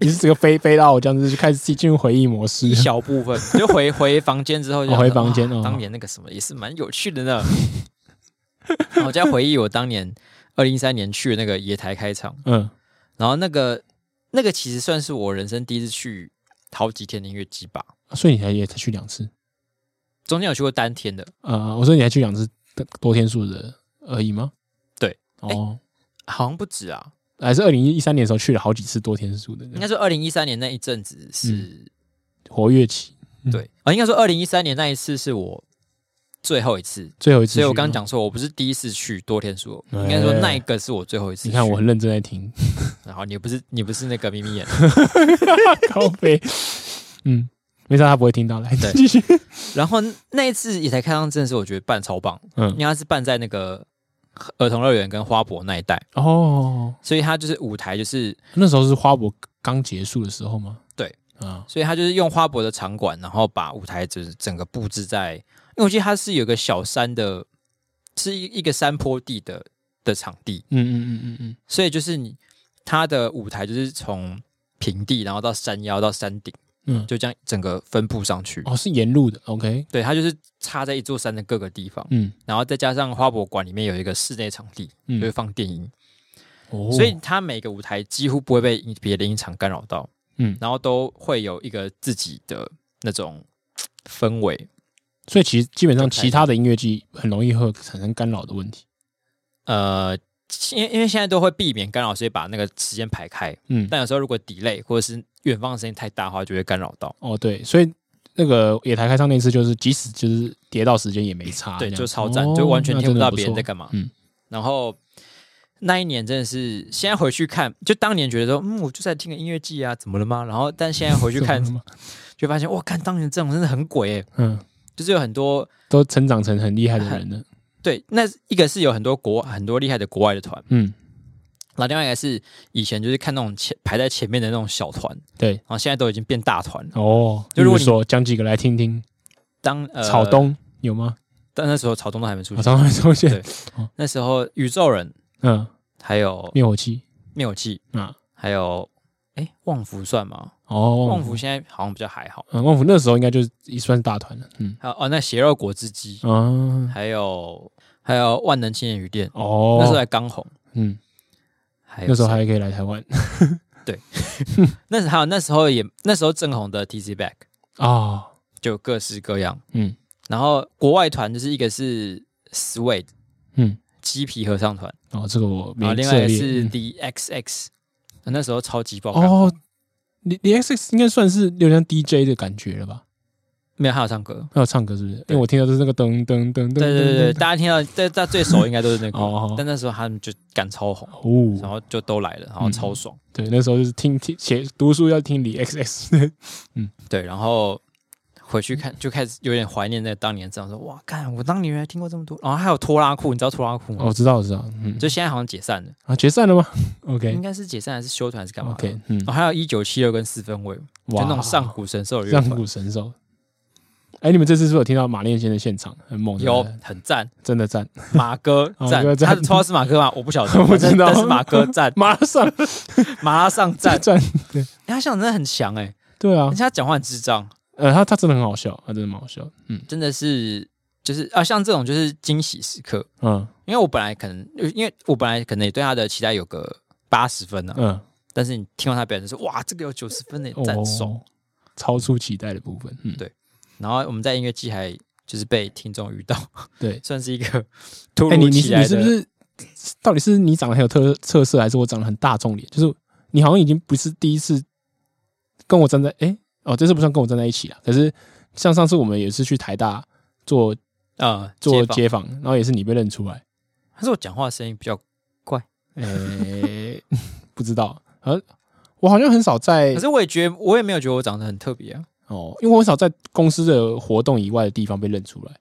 S2: 你是这个飞飞到我这样子就开始自己进入回忆模式
S1: 一，小部分就 回回房间之后就
S2: 哦
S1: 想说、
S2: 回房间
S1: 啊
S2: 哦
S1: 当年那个什么也是蛮有趣的呢。 然后我在回忆我当年二零一三年去的那个野台开场，
S2: 嗯，
S1: 然后那个那个其实算是我人生第一次去好几天的音乐季吧，
S2: 啊所以你还也才去两次，
S1: 中间有去过单天的，
S2: 呃，我说你还去两次多天数的呃而已吗？
S1: 对，
S2: 哦，
S1: 好像不止啊，
S2: 还是二零一三年的时候去了好几次多天数的，
S1: 应该说二零一三年那一阵子
S2: 嗯
S1: 是、
S2: 活跃期
S1: 对啊、应该说二零一三年那一次是我最后一次，
S2: 最后一次去
S1: 所
S2: 了。
S1: 以我刚刚讲说我不是第一次去多天书，
S2: 哎
S1: 应该说那一个是我最后一次去。
S2: 你看我很认真在 听，
S1: 然后你不是你不是那个眯眯眼，
S2: 高飞，嗯，没事，他不会听到，来
S1: 对
S2: 继续，
S1: 然后那一次也才开张，真的是我觉得办超棒，因
S2: 嗯，
S1: 为它是办在那个儿童乐园跟花博那一带，
S2: 哦，
S1: 所以它就是舞台就是，
S2: 那时候是花博刚结束的时候吗？
S1: 对，
S2: 啊，
S1: 所以它就是用花博的场馆，然后把舞台就是整个布置在，因为我记得它是有个小山的，是一一个山坡地的的场地，
S2: 嗯嗯嗯嗯嗯，
S1: 所以就是你它的舞台就是从平地，然后到山腰到山顶，
S2: 嗯
S1: 就这样整个分布上去。
S2: 哦，是沿路的，OK，
S1: 对，它就是插在一座山的各个地方，
S2: 嗯，
S1: 然后再加上花博馆里面有一个室内场地，
S2: 嗯
S1: 就会放电音，
S2: 哦，
S1: 所以它每个舞台几乎不会被别的音场干扰到，
S2: 嗯
S1: 然后都会有一个自己的那种嘖氛围。
S2: 所以其实基本上
S1: 太
S2: 其他的音乐季很容易会产生干扰的问题。
S1: 呃，因因为现在都会避免干扰，所以把那个时间排开。
S2: 嗯，
S1: 但有时候如果 delay 或者是远方的声音太大的话，就会干扰到。
S2: 哦对，所以那个野台开唱那次就是即使就是跌到时间也没差，
S1: 对，
S2: 这样
S1: 就超赞，
S2: 哦
S1: 就完全
S2: 那
S1: 听
S2: 真
S1: 不
S2: 的
S1: 到
S2: 不
S1: 别人
S2: 错
S1: 在干嘛。
S2: 嗯
S1: 然后那一年真的是，现在回去看，就当年觉得说，嗯，我就在听个音乐季啊，怎么了吗？然后，但现在回去 看，
S2: 怎么了
S1: 就发现，哇，看当年阵容真的很鬼、欸，
S2: 嗯，
S1: 就是有很多
S2: 都成长成很厉害的人了。
S1: 对，那一个是有很多国很多厉害的国外的团，
S2: 嗯，
S1: 然后另外一个是以前就是看那种前排在前面的那种小团，
S2: 对。
S1: 然后现在都已经变大团了。
S2: 哦，
S1: 就如果
S2: 比说讲几个来听听，
S1: 当呃
S2: 草，东有吗？
S1: 但那时候草东都还没出
S2: 草
S1: 现，
S2: 东会出现
S1: 对，那时候宇宙人
S2: 嗯，
S1: 还有
S2: 灭火器
S1: 灭火器，
S2: 啊，
S1: 还有哎旺福算吗？
S2: 哦，
S1: 旺福现在好像比较还好。
S2: 嗯，旺福那时候应该就是也算是大团了，嗯
S1: 还有哦，那血肉果汁机，
S2: 啊，
S1: 还有还有万能青年旅店，
S2: 哦，
S1: 那时候还刚红，
S2: 嗯，
S1: 还有
S2: 那时候
S1: 谁
S2: 还可以来台湾
S1: 那时还有那时候也那时候正红的 TC Back，
S2: 啊，
S1: 就各式各样。
S2: 嗯
S1: 然后国外团就是一个是 Sweet
S2: 嗯，
S1: 鸡皮合唱团，
S2: 哦，这个我
S1: 然后
S2: 没
S1: 啊另外一
S2: 涉
S1: 个是
S2: 猎嗯
S1: The XX，那时候超级爆干，
S2: 哦，你你 X X 应该算是有点像 DJ 的感觉了吧？
S1: 没有还有唱歌。
S2: 还有唱歌是不是？因为
S1: 对
S2: 我听到都是那个噔噔噔噔噔，
S1: 对对对对，
S2: 噔，
S1: 大家听到大家最熟应该都是那
S2: 哦
S1: 个，但那时候他们就干超红，然
S2: 哦，
S1: 后就都来了，然后
S2: 嗯
S1: 超爽。
S2: 对，那时候就是听听写读书要听李 X X，
S1: 哦对，然后回
S2: 嗯
S1: 去看就开始有点怀念那当年这样说，哇，干，我当年原来听过这么多。然后还有拖拉库，你知道拖拉库吗？
S2: 哦，我知道我知道，嗯，
S1: 就现在好像解散了，
S2: 啊，决赛了吗
S1: 应
S2: ？OK
S1: 该是解散还是休团还是干嘛的？
S2: OK，嗯，
S1: 哦，还有一九七六跟四分卫，就
S2: 哇
S1: 那种上古神兽的乐
S2: 上
S1: 团，
S2: 古神兽。哎，你们这次是不是有听到马念先的现场？很猛，对不
S1: 有
S2: 对
S1: 很赞，
S2: 真的赞，
S1: 马哥
S2: 哦马
S1: 赞
S2: 哥，赞
S1: 他的绰号是马哥吗？我不晓得，
S2: 我不知道，
S1: 但是马哥赞
S2: 马上
S1: 马拉上赞，
S2: 赞，
S1: 哎他现场真的很强哎，
S2: 对啊
S1: 而且，他讲话很智障，
S2: 呃，他他真的很好笑，他真的蛮好笑，嗯
S1: 真的是就是啊，像这种就是惊喜时刻，
S2: 嗯
S1: 因为我本来可能，因为我本来可能也对他的期待有个八十分呢、
S2: 嗯，
S1: 但是你听到他表演就说哇，这个有九十分的欸赞爽。
S2: 哦，超出期待的部分，嗯
S1: 对然后我们在音乐季还就是被听众遇到，
S2: 对，
S1: 算是一个突
S2: 哎，你
S1: 如
S2: 你
S1: 其来
S2: 你
S1: 的。
S2: 是不是到底是你长得很有特特色，还是我长得很大众脸？就是你好像已经不是第一次跟我站在，哎哦，这次不算跟我站在一起了，可是像上次我们也是去台大做
S1: 呃
S2: 做
S1: 街坊
S2: 街访，然后也是你被认出 来。
S1: 还是我讲话声音比较，
S2: 诶、不知道，呃，我好像很少在
S1: 可是我也觉得我也没有觉得我长得很特别啊，
S2: 哦，因为我很少在公司的活动以外的地方被认出来。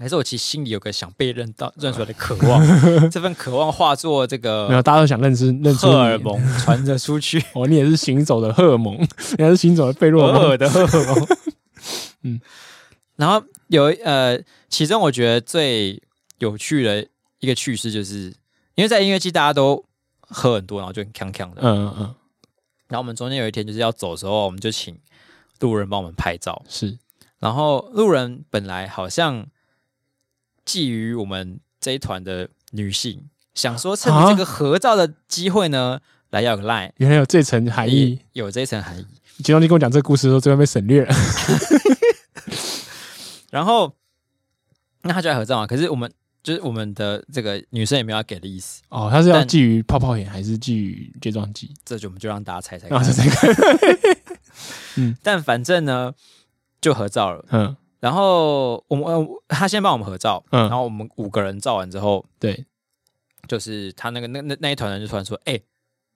S1: 还是我其实心里有个想被认到认出来的渴 望，这份渴望化作这
S2: 没
S1: 个
S2: 有，大家都想认识认出
S1: 荷尔
S2: 你。
S1: 蒙传着出去，
S2: 哦，你也是行走的荷尔蒙，你还是行走的贝洛
S1: 偶
S2: 蒙
S1: 尔的荷尔蒙。嗯，然后有一呃，其中我觉得最有趣的一个趣事，就是因为在音乐季大家都喝很多，然后就很呛呛的。
S2: 嗯嗯嗯，
S1: 然后我们中间有一天就是要走的时候，我们就请路人帮我们拍照。
S2: 是，
S1: 然后路人本来好像觊觎我们这一团的女性，想说趁着这个合照的机会呢，来要个 line，
S2: 原来有这层含义。
S1: 有这一层含义。
S2: 金东金跟我讲这个故事的时候，最后被省略了。
S1: 然后那他就来合照嘛。可是我们就是我们的这个女生也没有要给的意思，
S2: 哦，他是要
S1: 但
S2: 觊觎泡泡眼，还是觊觎睫状 肌？
S1: 这就我们就让大家猜猜
S2: 然
S1: 看
S2: 后。这个，
S1: 但反正呢，就合照了。
S2: 嗯
S1: 然后我们呃他先帮我们合照，
S2: 嗯
S1: 然后我们五个人照完之后，
S2: 对，
S1: 就是他那个那那那一团人就突然说：“哎、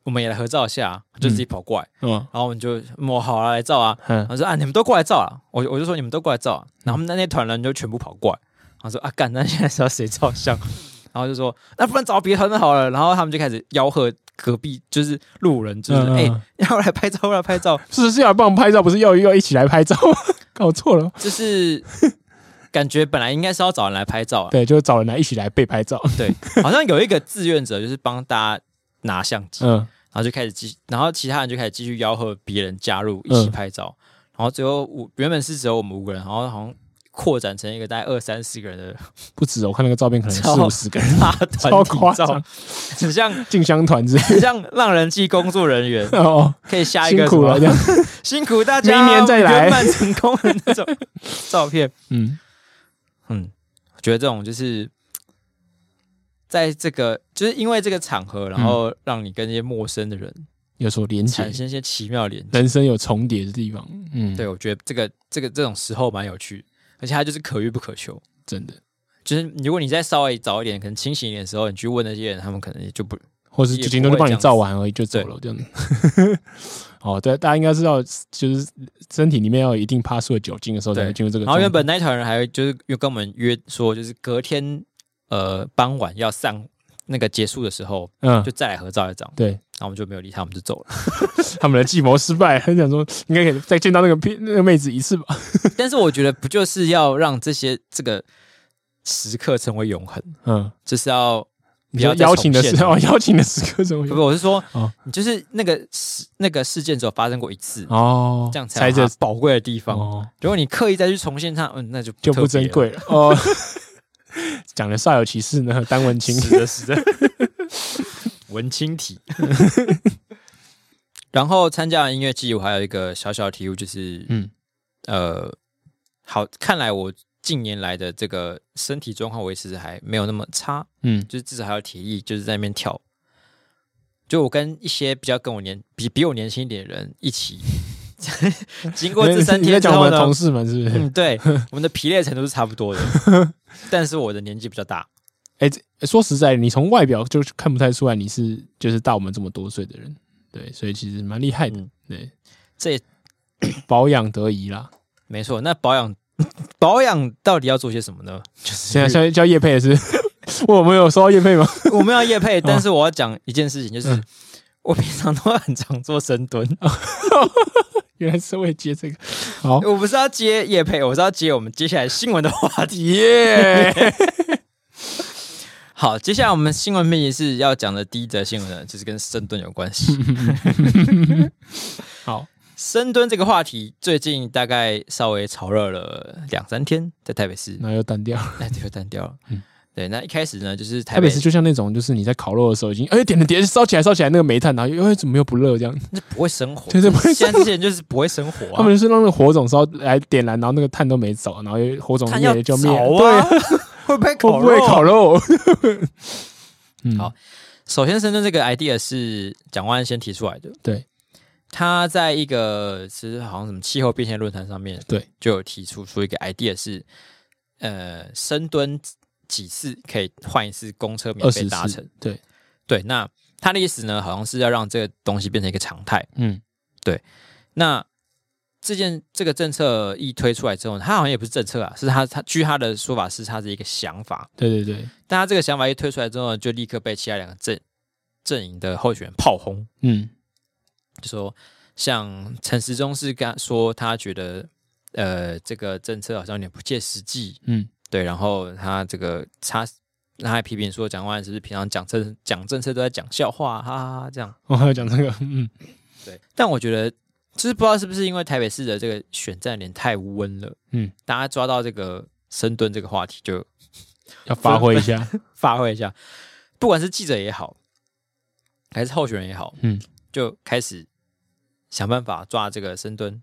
S1: 我们也来合照一下。”啊就自己跑过来，
S2: 嗯
S1: 然后我们就摸好啊，来照啊。
S2: 嗯
S1: 他说啊，你们都过来照啊！我我就说你们都过来照啊！然后那那团人就全部跑过来，然后说啊，干，那现在是要谁照相？ 然后就说那不然找别团的好了。然后他们就开始吆喝隔壁就是路人，就是
S2: 嗯
S1: 哎、
S2: 嗯
S1: 要来拍照，要来拍照，
S2: 是是要帮我们拍照，不是要要一起来拍照？ 搞错了，
S1: 就是感觉本来应该是要找人来拍照、啊，
S2: 对，就找人来一起来被拍照。
S1: 对，好像有一个志愿者就是帮大家拿相机，
S2: 嗯，
S1: 然后就开始继，然后其他人就开始继续吆喝别人加入一
S2: 嗯
S1: 起拍照，然后最后五原本是只有我们五个人，然后好像扩展成一个大概二三十个人的
S2: 不止，哦我看那个照片可能
S1: 超
S2: 四五十个人，
S1: 大
S2: 超
S1: 团
S2: 夸
S1: 体
S2: 张
S1: 照，，很像
S2: 进香团之类
S1: 很像让人记工作人 员
S2: 的哦，
S1: 可以 下一
S2: 辛
S1: 个
S2: 苦了这
S1: 什么
S2: 样，
S1: 辛苦大家，
S2: 明年再来
S1: 圆满成功的那种照片。
S2: 嗯，
S1: 嗯，觉得这种就是在这个就是因为这个场合，然后让你跟一些陌生的人
S2: 有所连接
S1: 产，生一些奇妙的连接。
S2: 人生有重叠的地方，嗯，
S1: 对，，我觉得这个这个这种时候蛮有趣，而且它就是可遇不可求。
S2: 真的，
S1: 就是如果你再稍微早一点，可能清醒一点的时候，你去问那些人，他们可能也就不
S2: 或是
S1: 也
S2: 酒精都
S1: 不
S2: 是
S1: 会
S2: 帮
S1: 这
S2: 你
S1: 样
S2: 照完而已就走了这样子。 哦，对，大家应该知道，就是身体里面要有一定帕数的酒精的时候才会
S1: 对
S2: 进入这个
S1: 然
S2: 状
S1: 后
S2: 态。
S1: 原本那一团人还就是又跟我们约说，就是隔天呃傍晚要上那个结束的时候，
S2: 嗯
S1: 就，再来合照一张。
S2: 对，
S1: 然后我们就没有理他，我们就走了。
S2: 他们的计谋失败，很想说应该可以再见到那个屁那个妹子一次吧。
S1: 但是我觉得不就是要让这些这个时刻成为永恒，
S2: 嗯，
S1: 就是要
S2: 你
S1: 不要
S2: 说
S1: 再
S2: 邀请的
S1: 重现
S2: 时
S1: 了
S2: 候， 邀请的时刻怎么
S1: 不不，我是说，
S2: 哦
S1: 你就是那个事那个事件只有发生过一次，
S2: 哦，
S1: 这样才
S2: 才
S1: 有
S2: 这
S1: 它宝贵的地方。
S2: 哦
S1: 如果你刻意再去重现它，嗯，那就
S2: 就
S1: 特
S2: 不
S1: 别
S2: 珍
S1: 了。
S2: 贵了哦。 讲的煞有其事呢，单文清
S1: 是的，是的，文青 体。然后参加完音乐季，我还有一个小小的体悟，就是
S2: 嗯
S1: 呃，好，看来我近年来的这个身体状况维持得还没有那么差，
S2: 嗯
S1: 就是至少还有体力，就是在那边跳。就我跟一些比较跟我年比比我年轻一点的人一起， 经过这三
S2: 你在
S1: 天之
S2: 讲我
S1: 后
S2: 们的
S1: 呢
S2: 同，事们是不是？
S1: 嗯，对，我们的疲累程度是差不多的， 但是我的年纪比较大，
S2: 哎、这说实在，你从外表就看不太出来你是就是大我们这么多岁的人，对，所以其实蛮厉害的，
S1: 嗯
S2: 对，
S1: 这也
S2: 保养得宜啦。
S1: 没错，那保养保养到底要做些什么呢？
S2: 现在叫叫叶配的是， 我们有收到叶配吗？
S1: 我们要夜
S2: 哦
S1: 配，但是我要讲一件事情，就是、
S2: 嗯
S1: 我平常都很常做深蹲，
S2: 原来是会接这个，好，
S1: 我不是要接夜配，我是要接我们接下来新闻的话题。
S2: 耶、
S1: 好，接下来我们新闻面是要讲的第一则新闻呢，就是跟深蹲有关 系。
S2: 好，
S1: 深蹲这个话题最近大概稍微炒热了两三天，在台北市，
S2: 那又单调。
S1: 哎，这个淡掉了。对，那一开始呢，就是台
S2: 嗯台
S1: 北
S2: 北市就像那种，就是你在烤肉的时候已经，哎、点了点烧起来烧起来那个煤炭，然后又哎怎么又不热这样？
S1: 那不会生火，
S2: 对对不会
S1: 现在这些人就是不会生火、啊，
S2: 他们就是让那个火种烧来点燃，然后那个炭都没走，然后又火种
S1: 炭要
S2: 灭了就灭了。
S1: 着
S2: 对
S1: 啊
S2: 啊，
S1: 会 不会
S2: 会
S1: 烤
S2: 不会
S1: 肉啊
S2: 烤肉？ 嗯
S1: 好首先，深圳这个 idea 是蒋万安先提出来的。
S2: 对，
S1: 他在一个其实好像什么气候变迁论坛上面，
S2: 对，
S1: 就有提出出一个 idea 是，呃，深蹲几次可以换一次公车免
S2: 二
S1: 费
S2: 十
S1: 搭乘
S2: 次。，对，
S1: 对，那他的意思呢，好像是要让这个东西变成一个常态。
S2: 嗯，
S1: 那这件这个政策一推出来之后，他好像也不是政策啊，是他他据他的说法是他的一个想法，
S2: 对对对，
S1: 但他这个想法一推出来之后呢，就立刻被其他两个阵阵营的候选人炮轰。
S2: 嗯
S1: 就说像陈时中是刚说他觉得呃这个政策好像有点不切实际，
S2: 嗯
S1: 对，然后他这个他他还批评说蒋万安是不是平常讲政讲政策都在讲笑话，哈哈哈这样。
S2: 我还要讲这个，嗯，
S1: 对，但我觉得就是不知道是不是因为台北市的这个选战有点太温了，
S2: 嗯，
S1: 大家抓到这个深蹲这个话题就
S2: 要发挥一下，
S1: 发挥一下，不管是记者也好，还是候选人也好，
S2: 嗯，
S1: 就开始想办法抓这个深蹲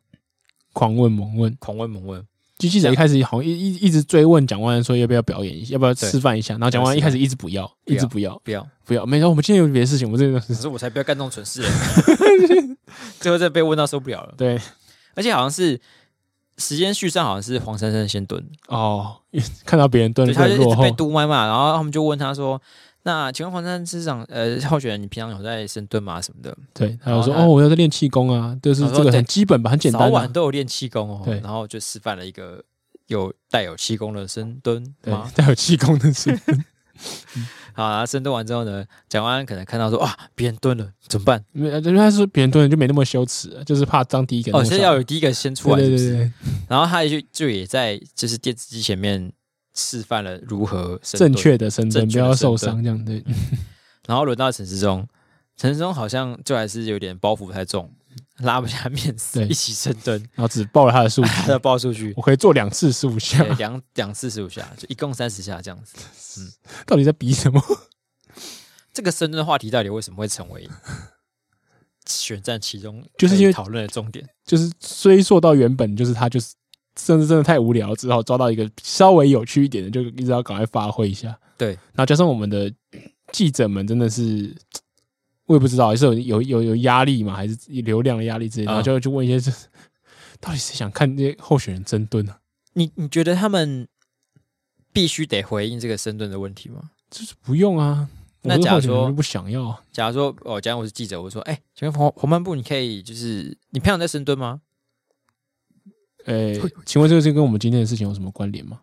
S2: 狂问猛问。
S1: 狂问猛问。
S2: 就记者一开始好像一一一直追问蒋万安说要不要表演一下，要不要示范一下，然后蒋万安一开始一直不要，
S1: 对
S2: 一
S1: 啊
S2: 直不要，
S1: 不要，
S2: 不要，没有，我们今天有别的事情，我们这个
S1: 可是我才不要干这种蠢 事嘞！最后再被问到受不了了，
S2: 对
S1: 而且好像是时间序上好像是黄珊珊先蹲，
S2: 哦，看到别人蹲
S1: 对，
S2: 了
S1: 他
S2: 会
S1: 就一
S2: 落
S1: 直
S2: 后
S1: 被，督麦嘛，然后他们就问他说：“那请问黄珊珊市长，呃，候选人你平常有在深蹲吗？什么的？
S2: 对，他就说
S1: 然后他
S2: 哦，我要在练气功啊，就是
S1: 他说
S2: 这个
S1: 对
S2: 很基本吧，很简
S1: 早
S2: 单、
S1: 晚
S2: 啊，
S1: 都有练气功哦。”
S2: 对
S1: 然后就示范了一个有带有气功的深蹲
S2: 对
S1: 嘛，，
S2: 带有气功 的事，
S1: 好，然后深蹲完之后呢，蒋万安可能看到说：“哇，别人蹲了，怎么办？
S2: 没有，因为他是别人蹲了就没那么羞耻了，就是怕当第一个
S1: 哦，
S2: 弄
S1: 现在
S2: 上
S1: 要有第一个先出来，是不
S2: 对对对
S1: 是？”
S2: 对，
S1: 然后他就就也在就是电视机前面示范了如何深蹲
S2: 正。确的深
S1: 正
S2: 蹲，
S1: 确
S2: 不
S1: 的
S2: 要受
S1: 深
S2: 伤，这样对，
S1: 然后轮到陈时中，陈时中好像就还是有点包袱太重，拉不下面子，
S2: 对
S1: 一起深蹲，
S2: 然后只报了他的数据，
S1: 他的报数 据
S2: 我可以做两次十五下
S1: 对，两两四十五下，就一共三十下这样子。
S2: 到底在比什么？
S1: 这个深蹲的话题到底为什么会成为选战其中
S2: 就是因为
S1: 可以讨论的重点？
S2: 就是追溯到原本，就是他就是甚至真的太无聊，只好抓到一个稍微有趣一点的，就一直要赶快发挥一下。
S1: 对
S2: 然后加上我们的记者们真的是，我也不知道是有有有有压力嘛，还是流量的压力之类
S1: 嗯
S2: 的，然后就就问一些这，到底谁想看这些候选人争论啊？
S1: 你你觉得他们必须得回应这个深蹲的问题吗？
S2: 就是不用啊，
S1: 那
S2: 我是
S1: 假
S2: 候
S1: 如
S2: 选人
S1: 说
S2: 就不想要啊，
S1: 假如说，哦，假如我是记者，我说，哎、请问黄黄漫步，你可以就是你平常在深蹲吗？
S2: 诶、哎请问这个是跟我们今天的事情有什么关联吗？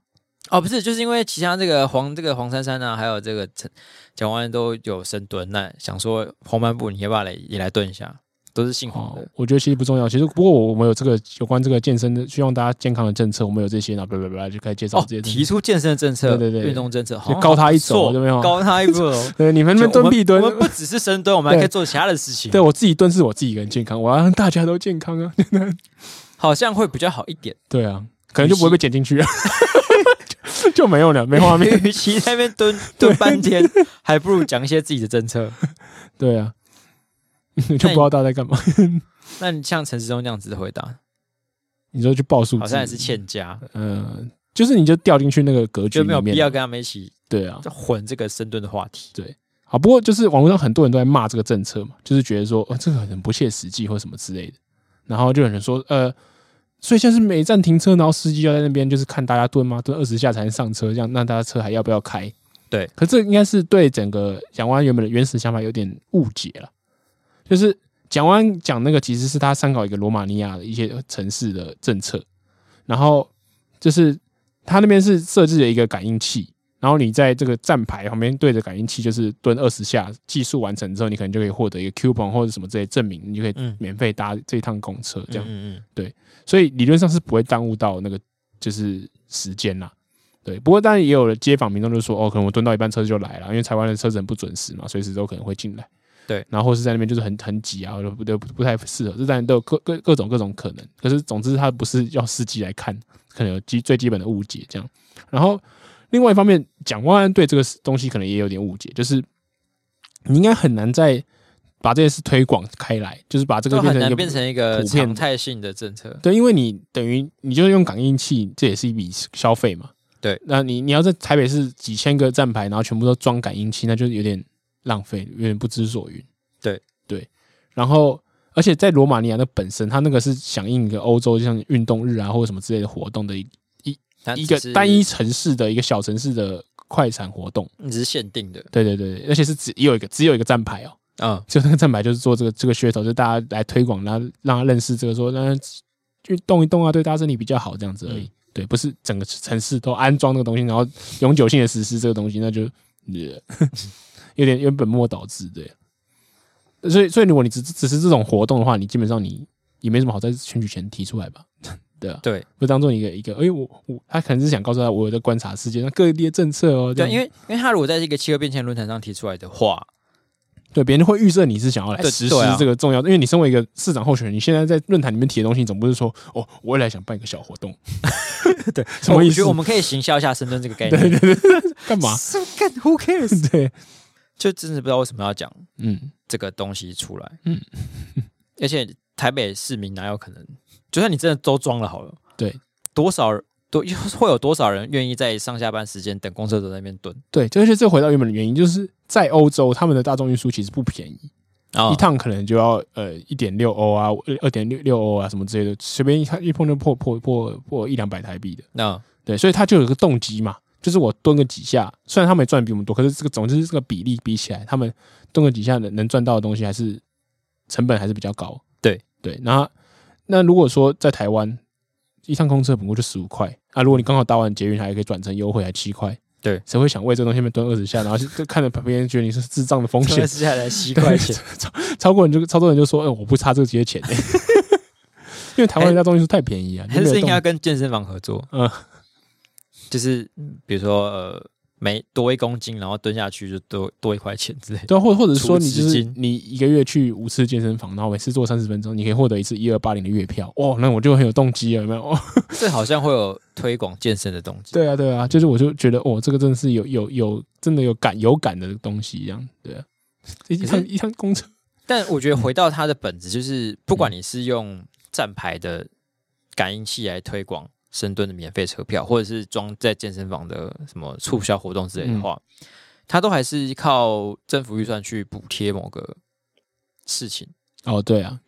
S1: 哦，不是，就是因为其他这个黄这个黄珊珊啊，还有这个陈蒋万安都有深蹲，那想说黄漫步，你要不要来也来蹲一下？都是姓黄
S2: 哦
S1: 的，，
S2: 我觉得其实不重要。其实不过我我们有这个有关这个健身的，希望大家健康的政策，我们有这些，然后叭叭叭就开始介绍
S1: 哦，
S2: 这些东西。
S1: 提出健身的政策，
S2: 对对对
S1: 运动政策，好
S2: 就
S1: 像
S2: 高他一
S1: 还不
S2: 走，
S1: 错
S2: 有没有？
S1: 高他一步哦。
S2: 对， 你们那边
S1: 就我
S2: 蹲
S1: 们
S2: 必蹲
S1: 我，们不只是深蹲，我们还可以做其他的事情，
S2: 对我自己蹲是我自己一个人健康，我要让大家都健康啊。
S1: 好像会比较好一点。
S2: 对啊，可能就不会被剪进去，就 就没有了，没 画面。
S1: 与其在那边 蹲蹲半天，还不如讲一些自己的政策。
S2: 对啊， 就不知道大家 在干嘛。
S1: 那你像陈时中这样子的回答，
S2: 你说去报数字，
S1: 好像也是欠佳，
S2: 嗯，就是你就掉进去那个格局
S1: 就没有
S2: 里
S1: 必要
S2: 面。啊
S1: 跟他们一起
S2: 对啊，
S1: 混这个深蹲的话题。
S2: 好，不过就是网络上很多人都在骂这个政策嘛，就是觉得说，哦，这个很不切实际或什么之类的。然后就有人说，呃，所以现在是每站停车，然后司机要在那边就是看大家蹲吗？蹲二十下才能上车，这样那大家车还要不要开？
S1: 对，
S2: 可这应该是对整个蒋万安原本的原始想法有点误解了，就是蒋万安讲那个其实是他参考一个罗马尼亚的一些城市的政策，然后就是他那边是设置了一个感应器，然后你在这个站牌旁边对着感应器就是蹲二十下，技术完成之后，你可能就可以获得一个 coupon 或者什么之类的证明，你就可以
S1: 嗯
S2: 免费搭这一趟公车这样。
S1: 嗯嗯
S2: 所以理论上是不会耽误到那个就是时间啦。对，不过当然也有的街坊民众就说，哦，可能我蹲到一半车子就来了，因为台湾的车子很不准时嘛，随时都可能会进来。
S1: 对，
S2: 然后或是在那边就是很很挤啊，就不就不不太适合，这当然都有各各各种各种可能。可是总之，他不是要司机来看，可能有基最基本的误解这样。然后另外一方面，蒋万安对这个东西可能也有点误解，就是你应该很难再把这件事推广开来，就是把这
S1: 嗯，
S2: 个
S1: 都
S2: 变
S1: 很
S2: 成一
S1: 难
S2: 个
S1: 变成一个
S2: 普遍
S1: 常态性的政策。
S2: 对，因为你等于你就是用感应器，这也是一笔消费嘛。
S1: 对，
S2: 那你你要在台北市几千个站牌，然后全部都装感应器，那就有点浪费，有点不知所云。
S1: 对
S2: 对，然后而且在罗马尼亚的本身，它那个是响应一个欧洲像运动日啊或者什么之类的活动的一
S1: 它
S2: 一
S1: 只
S2: 个
S1: 是
S2: 单一，城市的一个小城市的快闪活动。
S1: 你只是限定的。
S2: 对对对，对而且是只有一个只有一个站牌哦，
S1: 嗯，
S2: 就那个站牌就是做这个这个噱头，就大家来推广，然后让他认识这个说，让他去动一动啊，对大家身体比较好这样子而已。
S1: 嗯
S2: 对，不是整个城市都安装这个东西，然后永久性的实施这个东西，那就、呃、
S1: 嗯
S2: 有点有点本末倒置。对，所以所以如果你只只是这种活动的话，你基本上你也没什么好在选举前提出来吧。对啊，
S1: 对
S2: 就当做一个一个，哎、我我他可能是想告诉他，我有在观察世界上各地的政策哦。这样
S1: 对，因为因为他如果在这个气候变迁论坛上提出来的话，
S2: 对，别人会预设你是想要来
S1: 对
S2: 实施
S1: 对啊
S2: 这个重要的，因为你身为一个市长候选人，你现在在论坛里面提的东西，你总不是说哦，我未来想办一个小活动，
S1: 对，
S2: 什么
S1: 哦我
S2: 意
S1: 觉
S2: 思
S1: 得我？们可以行销一下深蹲这个 概
S2: 对对
S1: 念。
S2: 对，对干嘛？
S1: 是干 Who cares？
S2: 对，
S1: 就真的不知道为什么要讲
S2: 嗯，
S1: 这个东西出来。
S2: 嗯
S1: 嗯，而且台北市民哪有可能？就算你真的都装了好了，
S2: 对，
S1: 多少人多 会有多少人愿意在上下班时间等公车都在那边蹲
S2: 对，就是这回到原本的原因，就是在欧洲，他们的大众运输其实不便宜，
S1: 啊
S2: 一趟可能就要呃一点六欧啊，二点六六欧啊什么之类的，随便一看一碰就破破破破一两百台币的。
S1: 那
S2: 对，所以他就有一个动机嘛，就是我蹲个几下，虽然他们也赚比我们多，可是这个总之这个比例比起来，他们蹲个几下能能赚到的东西还是成本还是比较高。
S1: 对
S2: 对，那那如果说在台湾一趟公车本过就十五块啊，如果你刚好搭完捷运还可以转成优惠还七块，
S1: 对，
S2: 谁会想为这个东西面蹲二十下，然后就就看着旁边人觉得你是智障的风
S1: 真
S2: 险
S1: 的，是下来七块钱，
S2: 超过人就超多人就说，哎、我不差这些钱、欸， 因为台湾人家东西是太便宜啊，你
S1: 哎还
S2: 没有
S1: 是应
S2: 动
S1: 该跟健身房合作？
S2: 嗯
S1: 嗯，就是比如说呃，每多一公斤，然后蹲下去就多多一块钱之类的。
S2: 对啊，或或者是说你
S1: 储值
S2: 就是
S1: 金
S2: 你一个月去五次健身房，然后每次做三十分钟，你可以获得一次一二八零的月票。哦，那我就很有动机了，有没有？哦，
S1: 这好像会有推广健身的动机。
S2: 对啊，对啊，就是我就觉得哦，这个真的是有有有真的有感有感的东西一样，对啊。一
S1: 可是
S2: 趟一趟公车，
S1: 但我觉得回到它的本质，就是不管你是用站牌的感应器来推广，深蹲的免费车票，或者是装在健身房的什么促销活动之类的话，
S2: 嗯
S1: 它都还是靠政府预算去补贴某个事情。
S2: 哦，对啊，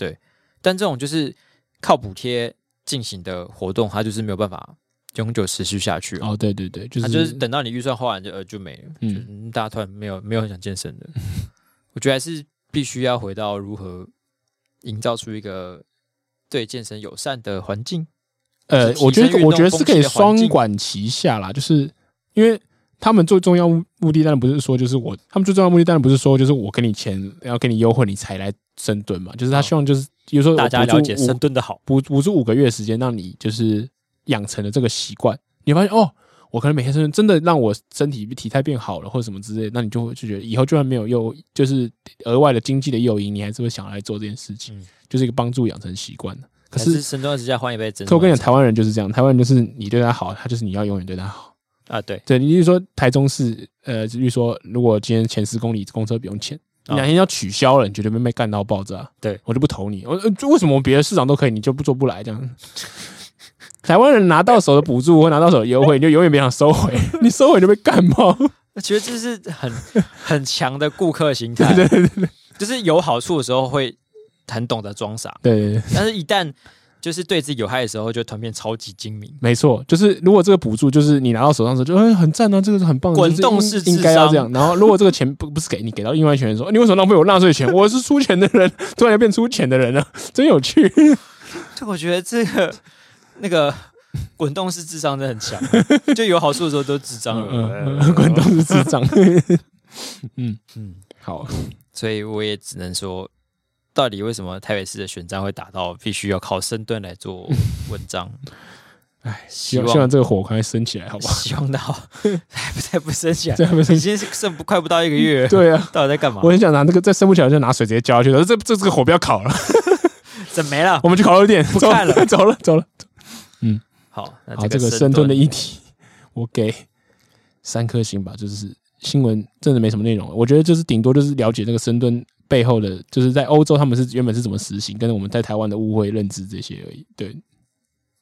S1: 但这种就是靠补贴进行的活动，它就是没有办法永久持续下去啊。
S2: 哦，对对对，就是
S1: 它就是等到你预算花完就呃就没了，
S2: 嗯
S1: 就是嗯，大家突然没有没有很想健身的，我觉得还是必须要回到如何营造出一个对健身友善的环境。
S2: 呃，
S1: 提
S2: 我觉
S1: 升运
S2: 得我觉
S1: 动风
S2: 得是
S1: 气
S2: 可以
S1: 的环
S2: 双
S1: 境
S2: 管齐下啦，就是因为他们最重要目的当然不是说就是我，他们最重要目的当然不是说就是我给你钱，然后给你优惠你才来深蹲嘛，就是他
S1: 哦
S2: 希望就是比如说
S1: 大家了解
S2: 深
S1: 深蹲的好，
S2: 补补助五个月时间，让你就是养成了这个习惯，你发现哦。我可能每天深蹲真的让我身体体态变好了，或者什么之类的，那你就会就觉得以后就算没有诱，就是额外的经济的诱因，你还是会想来做这件事情，
S1: 嗯
S2: 就是一个帮助养成习惯的。可
S1: 还
S2: 是
S1: 是深蹲二十下换一杯真
S2: 可
S1: 的
S2: 我跟你
S1: 晚
S2: 讲，台湾人就是这样，台湾人就是你对他好，他就是你要永远对他好。
S1: 餐啊， 对，
S2: 对，你就是说台中市，呃，比如说如果今天前十公里公车不用钱，你
S1: 啊
S2: 哪天要取消了，你绝对被被干到爆炸。
S1: 对
S2: 我就不投你，我、呃、就为什么我别的市长都可以，你就不做不来这样？台湾人拿到手的补助或拿到手的优惠，你就永远别想收回，你收回就被干爆。
S1: 我觉得这是很很强的顾客心态，对 对对就是有好处的时候会很懂得装傻，
S2: 对对对，
S1: 但是一旦就是对自己有害的时候，就突然变超级精明。
S2: 没错，就是如果这个补助就是你拿到手上的时候就，哎很赞啊，这个是很棒的，
S1: 滚
S2: 就是
S1: 动
S2: 应
S1: 式智
S2: 应该要
S1: 商
S2: 这样。然后如果这个钱不不是给你，给到另外一群人说，你为什么浪费我纳税钱？我是出钱的人， 突然就变出钱的人了，真有趣。
S1: 对，我觉得这个那个滚动式智商真的很强，啊 就有好处的时候都智障
S2: 嗯，
S1: 了，
S2: 嗯滚动。式智 障。嗯，
S1: 嗯，
S2: 好，
S1: 所以我也只能说，到底为什么台北市的选战会打到必须要靠深蹲来做文 章？
S2: 哎，希
S1: 希
S2: 望
S1: 望
S2: 希望这个火快升起来，好不 好？
S1: 希望到 还不再不升起来，
S2: 这样不
S1: 已
S2: 升起。
S1: 经是剩不快不到一个月 了，
S2: 对啊，
S1: 到底在干嘛
S2: 我？很想拿那个再升不起来就拿水直接浇下去，这这这个火不要烤了，
S1: 怎么没了？
S2: 我们去烤肉店。
S1: 不看了
S2: 走 了走了。
S1: 好，那
S2: 好，这
S1: 个
S2: 个深蹲的议题，我给三颗星吧。就是新闻真的没什么内容，我觉得就是顶多就是了解这个深蹲背后的，就是在欧洲他们是原本是怎么实行，跟我们在台湾的误会认知这些而已。对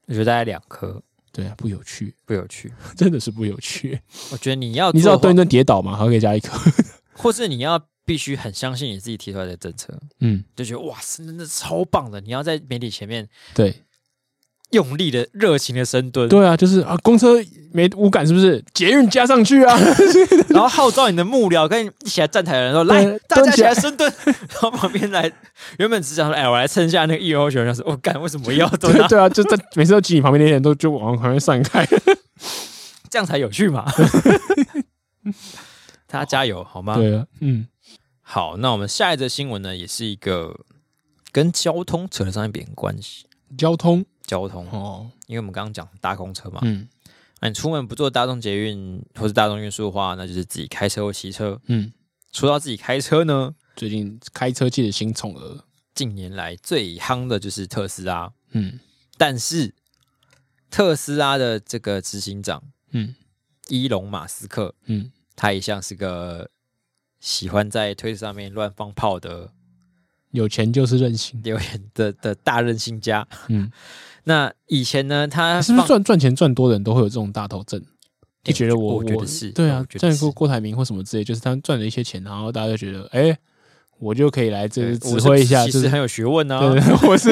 S1: 我觉得大概两颗
S2: 对啊，不有趣，
S1: 不有趣。
S2: 真的是不有趣。
S1: 我觉得你要
S2: 你知道
S1: 做的
S2: 蹲一蹲跌倒吗？还可以加一颗。
S1: 话，或是你要必须很相信你自己提出来的政策，
S2: 嗯，
S1: 就觉得哇，真的超棒的！你要在媒体前面
S2: 对
S1: 用力的、热情的深蹲，
S2: 对啊，就是啊，公车没无感是不是？捷运加上去 啊，
S1: 然后号召你的幕僚跟你一起来站台的人说：“来
S2: 对，
S1: 大家
S2: 蹲
S1: 一起
S2: 起来
S1: 来深蹲。” 然后旁边来，原本只想说：“哎，我来蹭一下那个一元候选人。”说：“我干，为什么我要蹲
S2: 对
S1: 啊？
S2: 对啊，就在每次都挤你旁边那些人都就往旁边 散开。
S1: 这样才有趣嘛！” 大家加油好吗？
S2: 对啊，嗯，
S1: 好，那我们下一则新闻呢，也是一个跟交通扯得上一点关系。
S2: 交通
S1: 交通，
S2: 哦，
S1: 因为我们刚刚讲搭公车嘛，
S2: 嗯
S1: 那你出门不坐大众捷运或是大众运输的话，那就是自己开车或骑车。
S2: 嗯，
S1: 说到自己开车呢，
S2: 最近开车界的新宠儿。
S1: 近年来最夯的就是特斯拉，
S2: 嗯
S1: 但是特斯拉的这个执行长
S2: 嗯
S1: 伊隆马斯克，
S2: 嗯，
S1: 他一向是个喜欢在推特上面乱放炮的
S2: 有钱就是任性。
S1: 留言的的大任性家。
S2: 嗯，
S1: 那以前呢，他
S2: 是不是
S1: 放
S2: 赚赚钱赚多的人都会有这种大头症？就觉得
S1: 我
S2: 我
S1: 觉得是
S2: 对啊
S1: 我觉，得
S2: 像
S1: 是
S2: 郭郭台铭或什么之类，就是他们赚了一些钱，然后大家就觉得，哎，我就可以来这
S1: 对
S2: 个
S1: 我
S2: 指
S1: 是
S2: 挥一下，
S1: 其
S2: 就是
S1: 实很有学问啊。
S2: 对，对我是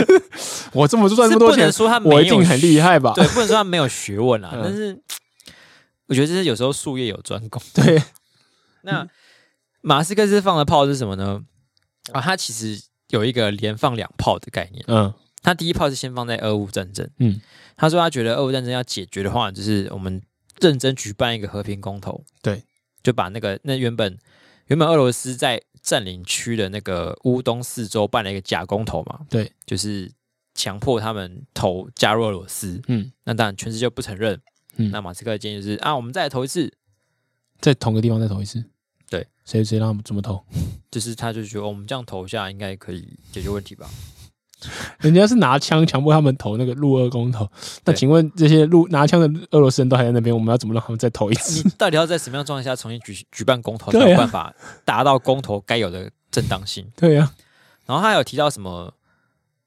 S2: 我这么赚
S1: 是
S2: 这
S1: 不
S2: 么多
S1: 能
S2: 钱，
S1: 说他没有
S2: 我一定很厉害吧？
S1: 对，不能说他没有学问啦，
S2: 嗯
S1: 但是我觉得这是有时候术业有专 攻。
S2: 对，
S1: 那马斯克是放的炮是什么呢？啊，他其实有一个连放两炮的概念。
S2: 嗯
S1: 他第一炮是先放在俄乌战争，
S2: 嗯，
S1: 他说他觉得俄乌战争要解决的话，就是我们认真举办一个和平公投，
S2: 对，
S1: 就把那个那原本原本俄罗斯在占领区的那个乌东四周办了一个假公投嘛，
S2: 对，
S1: 就是强迫他们投加入俄罗斯，
S2: 嗯，
S1: 那当然全世界不承认。
S2: 嗯
S1: 那马斯克的建议就是啊，我们再来投一次，
S2: 在同个地方再投一次，
S1: 对，
S2: 谁谁让他们怎么投？
S1: 就是他就觉得、哦我们这样投一下应该可以解决问题吧？
S2: 人家是拿枪强迫他们投那个陆俄公投，那
S1: 对
S2: 请问这些陆拿枪的俄罗斯人都还在那边，我们要怎么让他们再投一次
S1: 你？到底要在什么样的状态下重新举举办公投，才
S2: 对啊
S1: 有办法达到公投该有的正当性？
S2: 对啊呀、
S1: 然后他有提到什么，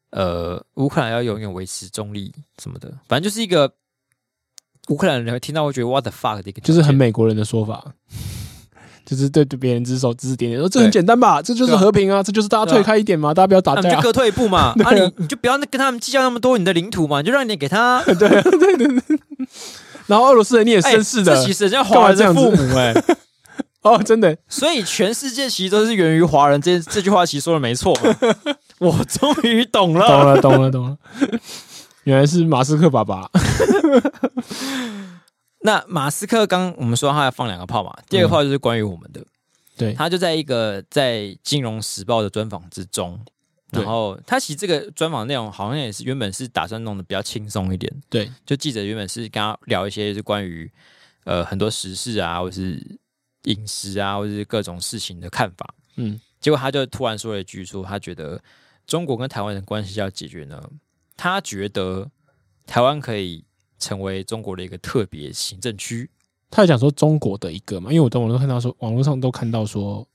S1: 呃，乌克兰要永远维持中立什么的，反正就是一个乌克兰人会听到会觉得 what the fuck 的一个，
S2: 就是很，美国人的说法，就是对对别人指手指指点点，说这很
S1: 对
S2: 简单吧，这就是
S1: 对啊
S2: 和平啊，这就是大家
S1: 对啊
S2: 退开一点嘛，大家不要打
S1: 那你
S2: 架
S1: 就
S2: 啊。
S1: 各退一步嘛，
S2: 对啊
S1: 啊你你就不要跟他们计较那么多你的领土嘛，你就让一点给 他，
S2: 然后俄罗斯人你也
S1: 哎
S2: 绅士的
S1: 这其实人家华人的
S2: 干嘛这
S1: 父
S2: 样子
S1: 母哎，
S2: 哦，真的，
S1: 所以全世界其实都是源于华人，这这句话其实说的没错嘛， 我终于懂了，
S2: 懂了，懂了，懂了。原来是马斯克爸爸，
S1: 那马斯克刚我们说他要放两个炮嘛，第二个炮就是关于我们的，
S2: 对
S1: 他就在一个在《金融时报》的专访之中，
S2: 对
S1: 然后他其实这个专访内容好像也是原本是打算弄得比较轻松一点，
S2: 对
S1: 就记者原本是跟他聊一些就是关于呃很多时事啊，或是饮食啊，或是各种事情的看法，
S2: 嗯，
S1: 结果他就突然说了一句说他觉得中国跟台湾的关系要解决呢，他觉得台湾可以成为中国的一个特别行政区。
S2: 他有讲说中国的一个嘛，因为我在网络看到说，网络上都看到说，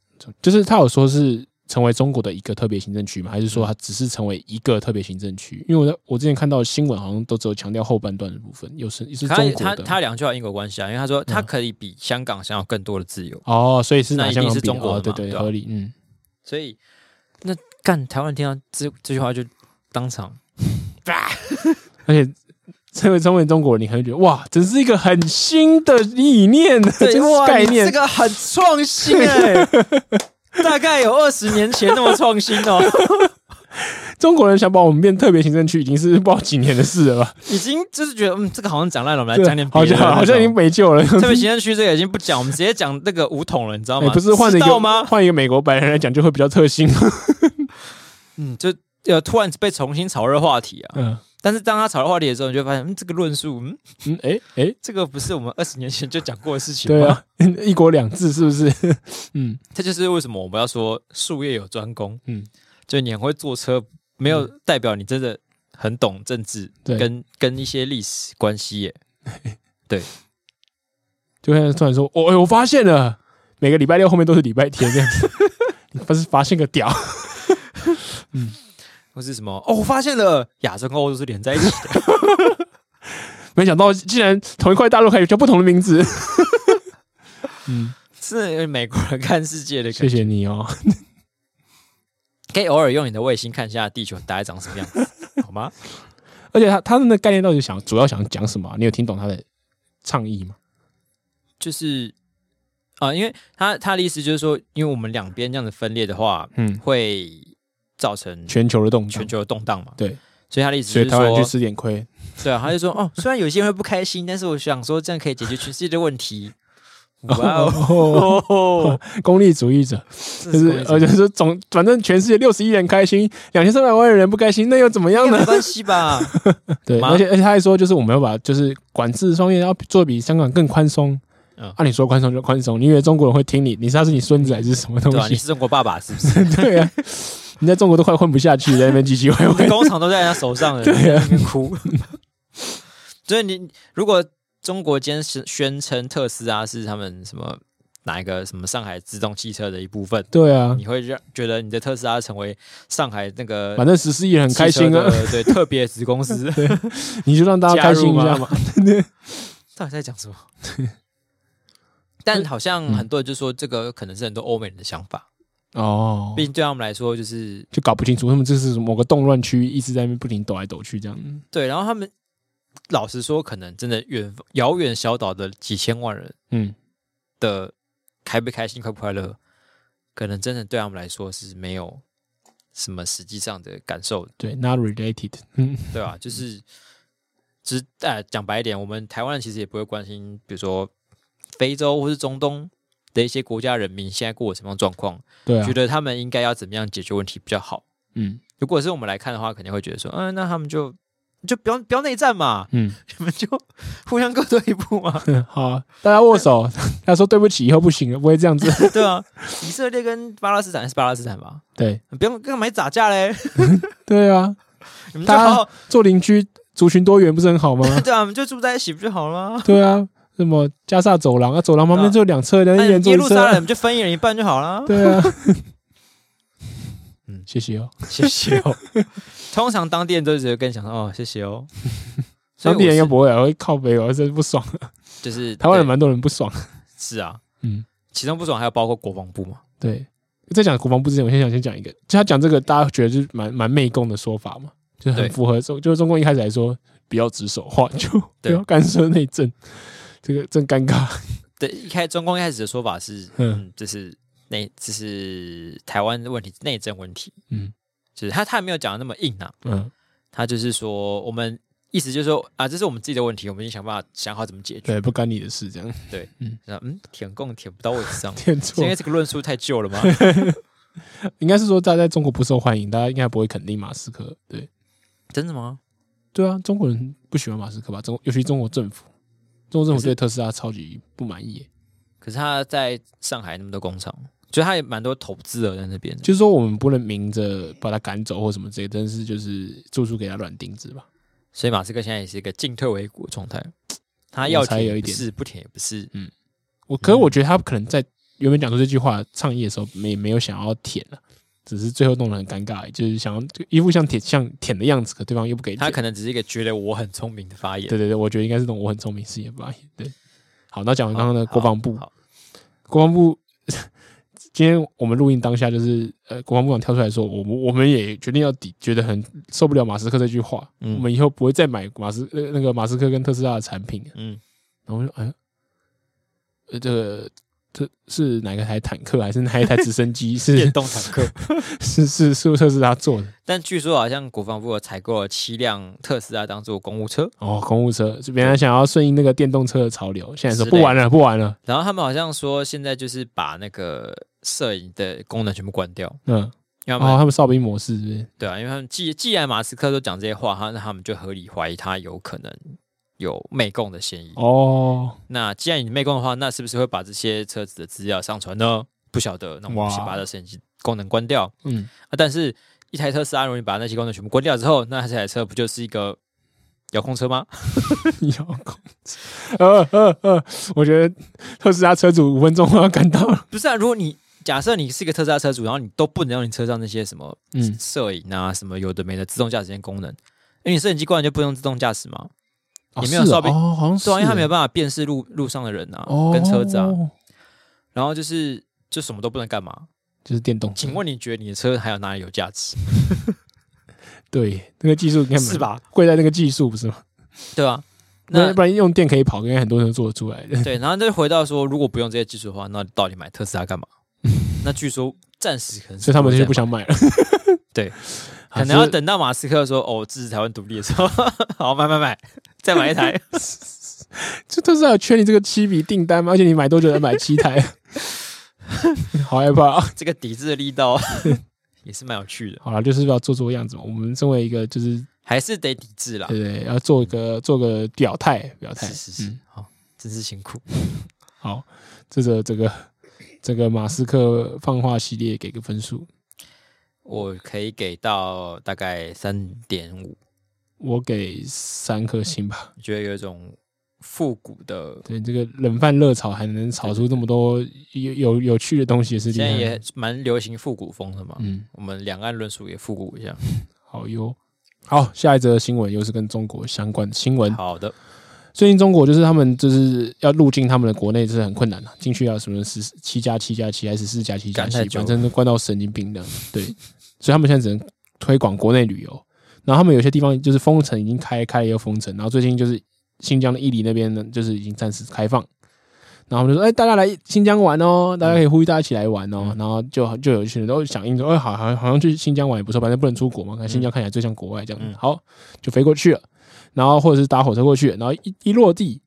S2: 就是他有说是成为中国的一个特别行政区嘛，还是
S1: 嗯
S2: 说他只是成为一个特别行政区？因为我在我之前看到的新闻好像都只有强调后半段的部分，有是是
S1: 他他
S2: 中国的嗯
S1: 他两句有因果关系啊，因为他说他可以比香港享有更多的自由，
S2: 哦，所以是
S1: 那
S2: 拿
S1: 一
S2: 香
S1: 定
S2: 港
S1: 是
S2: 比
S1: 中国
S2: 哦
S1: 的
S2: 对
S1: 嘛
S2: 对
S1: 对吧
S2: 合理，嗯，
S1: 所以那干台湾听到这这句话就当场
S2: 而且。成为成为中国人，你可能觉得哇，这是一个很新的理念， 这
S1: 哇
S2: 个概
S1: 你
S2: 念
S1: 这，个很创新 哎、大概有二十年前那么创新哦，
S2: 中国人想把我们变特别行政区，已经是不知道几年的事了吧？
S1: 已经就是觉得嗯这个好像讲烂了，我们来
S2: 对
S1: 讲点
S2: 好
S1: 别的
S2: 像
S1: 那种。
S2: 好像已经没救了。
S1: 特别行政区这个已经不讲，我们直接讲那个五统了，你知道
S2: 哎
S1: 吗？
S2: 不是换了
S1: 知
S2: 一
S1: 道
S2: 个
S1: 吗？
S2: 换一个美国白人来讲，就会比较特性。啊
S1: 嗯，就呃突然被重新炒热话题啊。
S2: 嗯
S1: 但是当他炒热话题的时候，你就发现嗯这个论述嗯
S2: 嗯，哎哎，
S1: 这个不是我们二十年前就讲过的事情吗？
S2: 对啊，一国两制是不 是？嗯，
S1: 这就是为什么我们要说术业有专攻，嗯
S2: 嗯，
S1: 就你很会坐车，没有代表你真的很懂政治，
S2: 对
S1: 跟跟一些历史关系耶。
S2: 就像突然说，我、哎我发现了，每个礼拜六后面都是礼拜天这样子。你不 是发现个屌？
S1: 或是什么哦，我发现了亚洲跟欧洲是连在一起的，
S2: 没想到竟然同一块大陆可以叫不同的名字。嗯，
S1: 是美国人看世界的感觉
S2: 谢谢你哦。
S1: 可以偶尔用你的卫星看一下地球大概长什么样子，好吗？
S2: 而且他他们的概念到底想主要想讲什么啊、你有听懂他的倡议吗？
S1: 就是啊、因为他他的意思就是说，因为我们两边这样子分裂的话，
S2: 嗯，
S1: 会造成
S2: 全球的动荡，
S1: 全球的动荡嘛。
S2: 对，
S1: 所以他的意思
S2: 所
S1: 就
S2: 以
S1: 是说，
S2: 台湾去吃点亏。
S1: 对啊，他就说哦，虽然有些人会不开心，但是我想说这样可以解决全世界的问 题。哇
S2: 哦，
S1: 哦，
S2: 功利主义者。
S1: 就
S2: 就是呃而且是总，反正全世界六十亿人开心，两千三百万人不开心，那又怎么样
S1: 没
S2: 呢？
S1: 关系 吧？啊
S2: 对，
S1: 吗
S2: 而且而且他还说，就是我们要把就是管制双业要做比香港更宽松。
S1: 嗯
S2: 按、理说宽松就宽松，你以为中国人会听你？你是他是你孙子还是什么东
S1: 对吧、啊 你
S2: 西？
S1: 是中国爸爸是不 是？
S2: 对啊，你在中国都快混不下去，在那边唧唧歪
S1: 你
S2: 歪。
S1: 工厂都在人家手上了，
S2: 对啊
S1: 你在那边哭。 所以你如果中国今天宣宣称特斯拉是他们什么哪一个什么上海自动汽车的一部分，
S2: 对啊，
S1: 你会让觉得你的特斯拉成为上海那个
S2: 反正十四亿人很开心啊，
S1: 汽车的，对特别子公司，
S2: 你就让大家开心一下
S1: 啊
S2: 嘛。
S1: 到底在讲什么？但好像很多人就说，这个可能是很多欧美人的想法，
S2: 哦
S1: 毕，竟对他们来说，就是
S2: 就搞不清楚他们这是某个动乱区，一直在那边不停抖来抖去这样。
S1: 对。然后他们老实说，可能真的呃远遥远小岛的几千万人
S2: 嗯，
S1: 的开不开心、快不快乐，可能真的对他们来说是没有什么实际上的感受，
S2: 对，not related。嗯，
S1: 对吧、就是只呃讲白一点，我们台湾人其实也不会关心，比如说非洲或是中东的一些国家人民现在过什么样的状况。
S2: 对啊
S1: 觉，得他们应该要怎么样解决问题比较好。
S2: 嗯
S1: 如果是我们来看的话，肯定会觉得说，嗯、那他们就就不要不要内战嘛，
S2: 嗯。
S1: 你们就互相各退一步嘛，
S2: 嗯，好，大家握手。 他说对不起，以后不行了，不会这样子。
S1: 对啊，以色列跟巴勒斯坦是巴勒斯坦吧，
S2: 对
S1: 不用干嘛打架嘞，
S2: 对啊，
S1: 你们就好好
S2: 做邻居族群多元不是很好 吗？
S1: 对啊，我们就住在一起不就好了吗？
S2: 对啊，什么加萨走廊啊，走廊旁边就两侧人，
S1: 那
S2: 一人
S1: 你嗯啊
S2: 坐
S1: 耶
S2: 一
S1: 路撒冷
S2: 车。
S1: 你们就分一人一半就好了。
S2: 对啊，
S1: 嗯
S2: 嗯，谢谢哦。
S1: 谢谢哦。通常当地人都只会跟你讲说，哦，谢谢哦。所以
S2: 当地
S1: 我
S2: 人应该
S1: 是
S2: 不会啊，会靠北哦，真是不爽。
S1: 就是
S2: 台湾人
S1: 对
S2: 蛮多人不爽。
S1: 是啊，
S2: 嗯，
S1: 其中不爽还有包括国防部嘛，
S2: 对，在讲国防部之前，我先想先讲一个，就他讲这个，大家觉得就是蛮蛮媚共的说法嘛，就是很
S1: 对
S2: 符合中，就是中共一开始来说，不要指手画脚，不
S1: 对
S2: 要干涉内政，这个真尴尬。
S1: 对，一开中共一开始的说法是，
S2: 嗯
S1: 嗯，这是内这是台湾的问题，内政问题，
S2: 嗯
S1: 就是他他也没有讲的那么硬啊，
S2: 嗯，
S1: 他就是说我们意思就是说啊，这是我们自己的问题，我们已经想办法想好怎么解决。
S2: 对，不干你的事，这样，
S1: 那嗯，舔共舔不到位置上
S2: 填
S1: 是
S2: 错
S1: 因为，这个论述太旧了吗？
S2: 应该是说大家在中国不受欢迎，大家应该不会肯定马斯克。对，
S1: 真的吗？
S2: 对啊，中国人不喜欢马斯克吧？中尤其中国政府，中国政
S1: 可
S2: 府
S1: 是
S2: 对特斯拉超级不满意耶。
S1: 可是他在上海那么多工厂，觉得他也蛮多投资者在那边的。
S2: 就是说我们不能明着把他赶走或什么之类，但是就是处处给他软钉子吧。
S1: 所以马斯克现在也是一个进退维谷的状态，他要
S2: 我猜
S1: 舔
S2: 有
S1: 也
S2: 一
S1: 不
S2: 点
S1: 是，不舔也不是，
S2: 我可是我觉得他可能在原本讲出这句话倡议的时候，没没有想要舔了、只是最后弄得很尴尬，就是想要就一副像舔像舔的样子，可对方又不给
S1: 他
S2: 舔。
S1: 可能只是一个觉得我很聪明的发言。
S2: 对对对，我觉得应该是那种我很聪明事业吧。对，好，那讲完
S1: 好，
S2: 刚刚的国防部
S1: 好，，好
S2: 国防部今天我们录音当下就是呃，国防部长跳出来说，我们我们也决定要抵，觉得很受不了马斯克这句话，
S1: 嗯
S2: 我们以后不会再买马斯那个那个马斯克跟特斯拉的产品。
S1: 嗯，
S2: 然后我就哎，呃，这个这是哪个台坦克还是哪一台直 升机？
S1: 电
S2: 是
S1: 动坦克。
S2: 是是是不是特斯拉做的？
S1: 但据说好像国防部有采购了七辆特斯拉当做公务车，
S2: 哦，公务车，就本来想要顺应那个电动车的潮流，现在说
S1: 之类
S2: 不玩了，不玩了。
S1: 然后他们好像说现在就是把那个摄影的功能全部关掉，
S2: 嗯，
S1: 因为他们、
S2: 哦，他们哨兵模式是不是？
S1: 对啊，因为他们既既然马斯克都讲这些话，他那他们就合理怀疑他有可能有媚共的嫌疑。
S2: 哦，
S1: 那既然你媚共的话，那是不是会把这些车子的资料上传呢？不晓得，那我们
S2: 哇
S1: 先把它的摄影机功能关掉
S2: 嗯，
S1: 啊。但是，一台特斯拉，如果你把那些功能全部关掉之后，那这台车不就是一个遥控车吗？
S2: 遥控车，呃呃呃，我觉得特斯拉车主五分钟我要赶到了。
S1: 不是啊，如果你假设你是一个特斯拉车主，然后你都不能用你车上那些什么
S2: 嗯
S1: 摄影啊、什么有的没的自动驾驶这些功能，因为你摄影机关了就不用自动驾驶嘛，
S2: 哦
S1: 也没有
S2: 是哦
S1: 哨兵
S2: 哦，好像是
S1: 对啊，因为它没有
S2: 耶
S1: 办法辨识路路上的人啊、
S2: 哦，
S1: 跟车子啊，然后就是就什么都不能干
S2: 哦
S1: 嘛。
S2: 就是电动车。
S1: 请问你觉得你的车还有哪里有价 值？
S2: 对那个技术应该蛮
S1: 是吧？
S2: 贵在那个技术不是吗？
S1: 对啊，
S2: 那
S1: 那
S2: 不然用电可以跑，应该很多人都做得出来的。
S1: 对，然后就回到说，如果不用这些技术的话，那到底买特斯拉干 嘛？那据说暂时可能是
S2: 所以他们就
S1: 再
S2: 不想
S1: 买，
S2: 买了。
S1: 对
S2: 好，
S1: 可能要
S2: 这
S1: 等到马斯克说哦支持台湾独立的时候， 好买买买，再买一台。
S2: 这特斯拉有缺你这个七笔订单吗？而且你买多久能买 七台？好害怕、啊！
S1: 这个抵制的力道 也是蛮有趣的，
S2: 好了，就是要做做样子嘛。我们身为一个，就是
S1: 还是得抵制啦。
S2: 对对，要做个做个表态，表态
S1: 是。是是
S2: 嗯，，
S1: 好，真是辛苦。
S2: 好，这个这个这个马斯克放话系列给个分数，
S1: 我可以给到大概三点五，
S2: 我给三颗星吧。
S1: 觉得有一种复古的，
S2: 对，这个冷饭热炒还能炒出这么多有有有趣的东西，也是厉
S1: 现在
S2: 害
S1: 也
S2: 的。
S1: 蛮流行复古风的嘛。
S2: 嗯，
S1: 我们两岸论述也复古一下。
S2: 好哟。好，下一则新闻又是跟中国相关的新闻。
S1: 好的，
S2: 最近中国就是他们就是要入境他们的国内，是很困难的、进去要什么十七加七加七还是四加七加
S1: 干
S2: 七，
S1: 太久
S2: 反
S1: 了
S2: 正都关到神经病这样。对，所以他们现在只能推广国内旅游。然后他们有些地方就是封城已经开，开了又封城。然后最近就是新疆的伊犁那边呢，就是已经暂时开放。然后我们就说，哎、大家来新疆玩哦，大家可以呼吁大家一起来玩
S1: 嗯
S2: 哦。然后就就有一些人都响应说，哎、好，好，好像去新疆玩也不错，反正不能出国嘛，看新疆看起来最像国外这样。
S1: 嗯
S2: 好，就飞过去了，然后或者是搭火车过去，然后一一落地。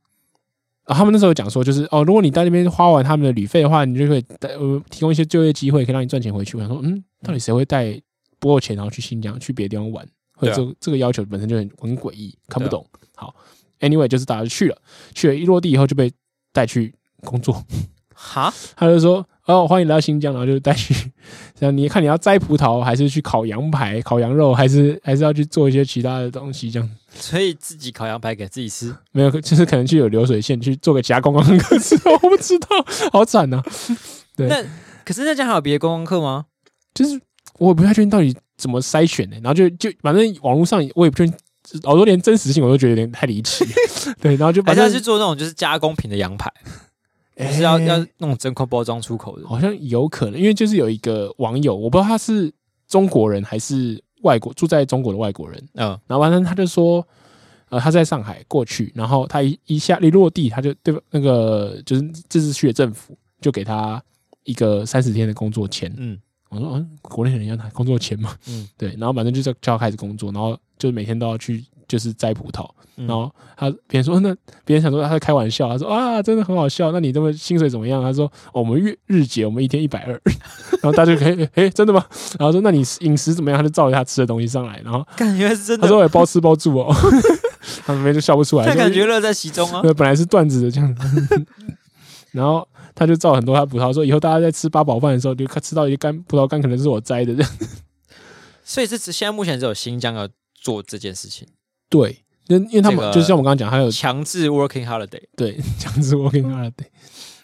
S2: 啊，他们那时候讲说，就是哦，如果你在那边花完他们的旅费的话，你就可以带呃提供一些就业机会，可以让你赚钱回去。我想说，嗯，到底谁会带不够钱然后去新疆去别的地方玩？或者这、
S1: 对
S2: 这个要求本身就很很诡异，看不懂。好，anyway，就是大家就去了，去了一落地以后就被带去工作，
S1: 哈，
S2: 他就说：“哦，欢迎来到新疆。”然后就带去， 像你看你要摘葡萄，还是去烤羊排、烤羊肉，还是还是要去做一些其他的东西？这样
S1: 所以自己烤羊排给自己吃，
S2: 没有，就是可能去有流水线去做个其他观光客之后， 我不知道，好惨啊呐、对
S1: 那可是那家还有别的观光客吗？
S2: 欸就是我也不太确定到底怎么筛选的、然后就就反正网络上我也不确定老多连真实性我都觉得有点太离奇。 对，然后就把
S1: 还是
S2: 它
S1: 要去做那种就是加工品的羊排，
S2: 哎
S1: 就是要要那种真空包装出口的。
S2: 好像有可能，因为就是有一个网友，我不知道他是中国人还是外国住在中国的外国人，
S1: 嗯
S2: 然后完了他就说，呃，他在上海过去，然后他一一下一落地，他就对吧那个就是这次去的政府就给他一个三十天的工作签。
S1: 嗯，
S2: 我说，嗯，国内人要拿工作签嘛，
S1: 嗯
S2: 嗯， 对，然后反正就是就要开始工作，然后就每天都要去就是摘葡萄，
S1: 嗯
S2: 然后他别人说那别人想说他在开玩笑，他说啊真的很好笑，那你这么薪水怎么样？他说、哦我们月日结我们一天一百二， 然后大家就可以诶、真的吗？然后说那你饮食怎么样？他就照着他吃的东西上来，然后
S1: 感觉是真的，
S2: 他说也包吃包 住哦，他们就笑不出来，
S1: 但
S2: 说
S1: 感觉乐在其中啊。
S2: 对，本来是段子的 这样子。然后他就照很多他葡萄说，以后大家在吃八宝饭的时候，就看吃到一些干葡萄干，可能是我摘的这样。
S1: 所以这只现在目前只有新疆要做这件事情，
S2: 对，因因为他们、
S1: 这个
S2: 就像我刚刚讲，还有
S1: 强制 working holiday。
S2: 对这样子 working holiday，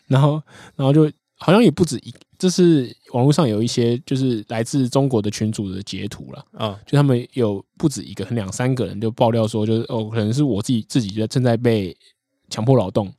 S2: 然后然后就好像也不止一，就是网络上有一些就是来自中国的群主的截图啦，
S1: 嗯
S2: 就他们有不止一个，很两三个人就爆料说，就是哦，可能是我自己自己就正在被强迫劳动，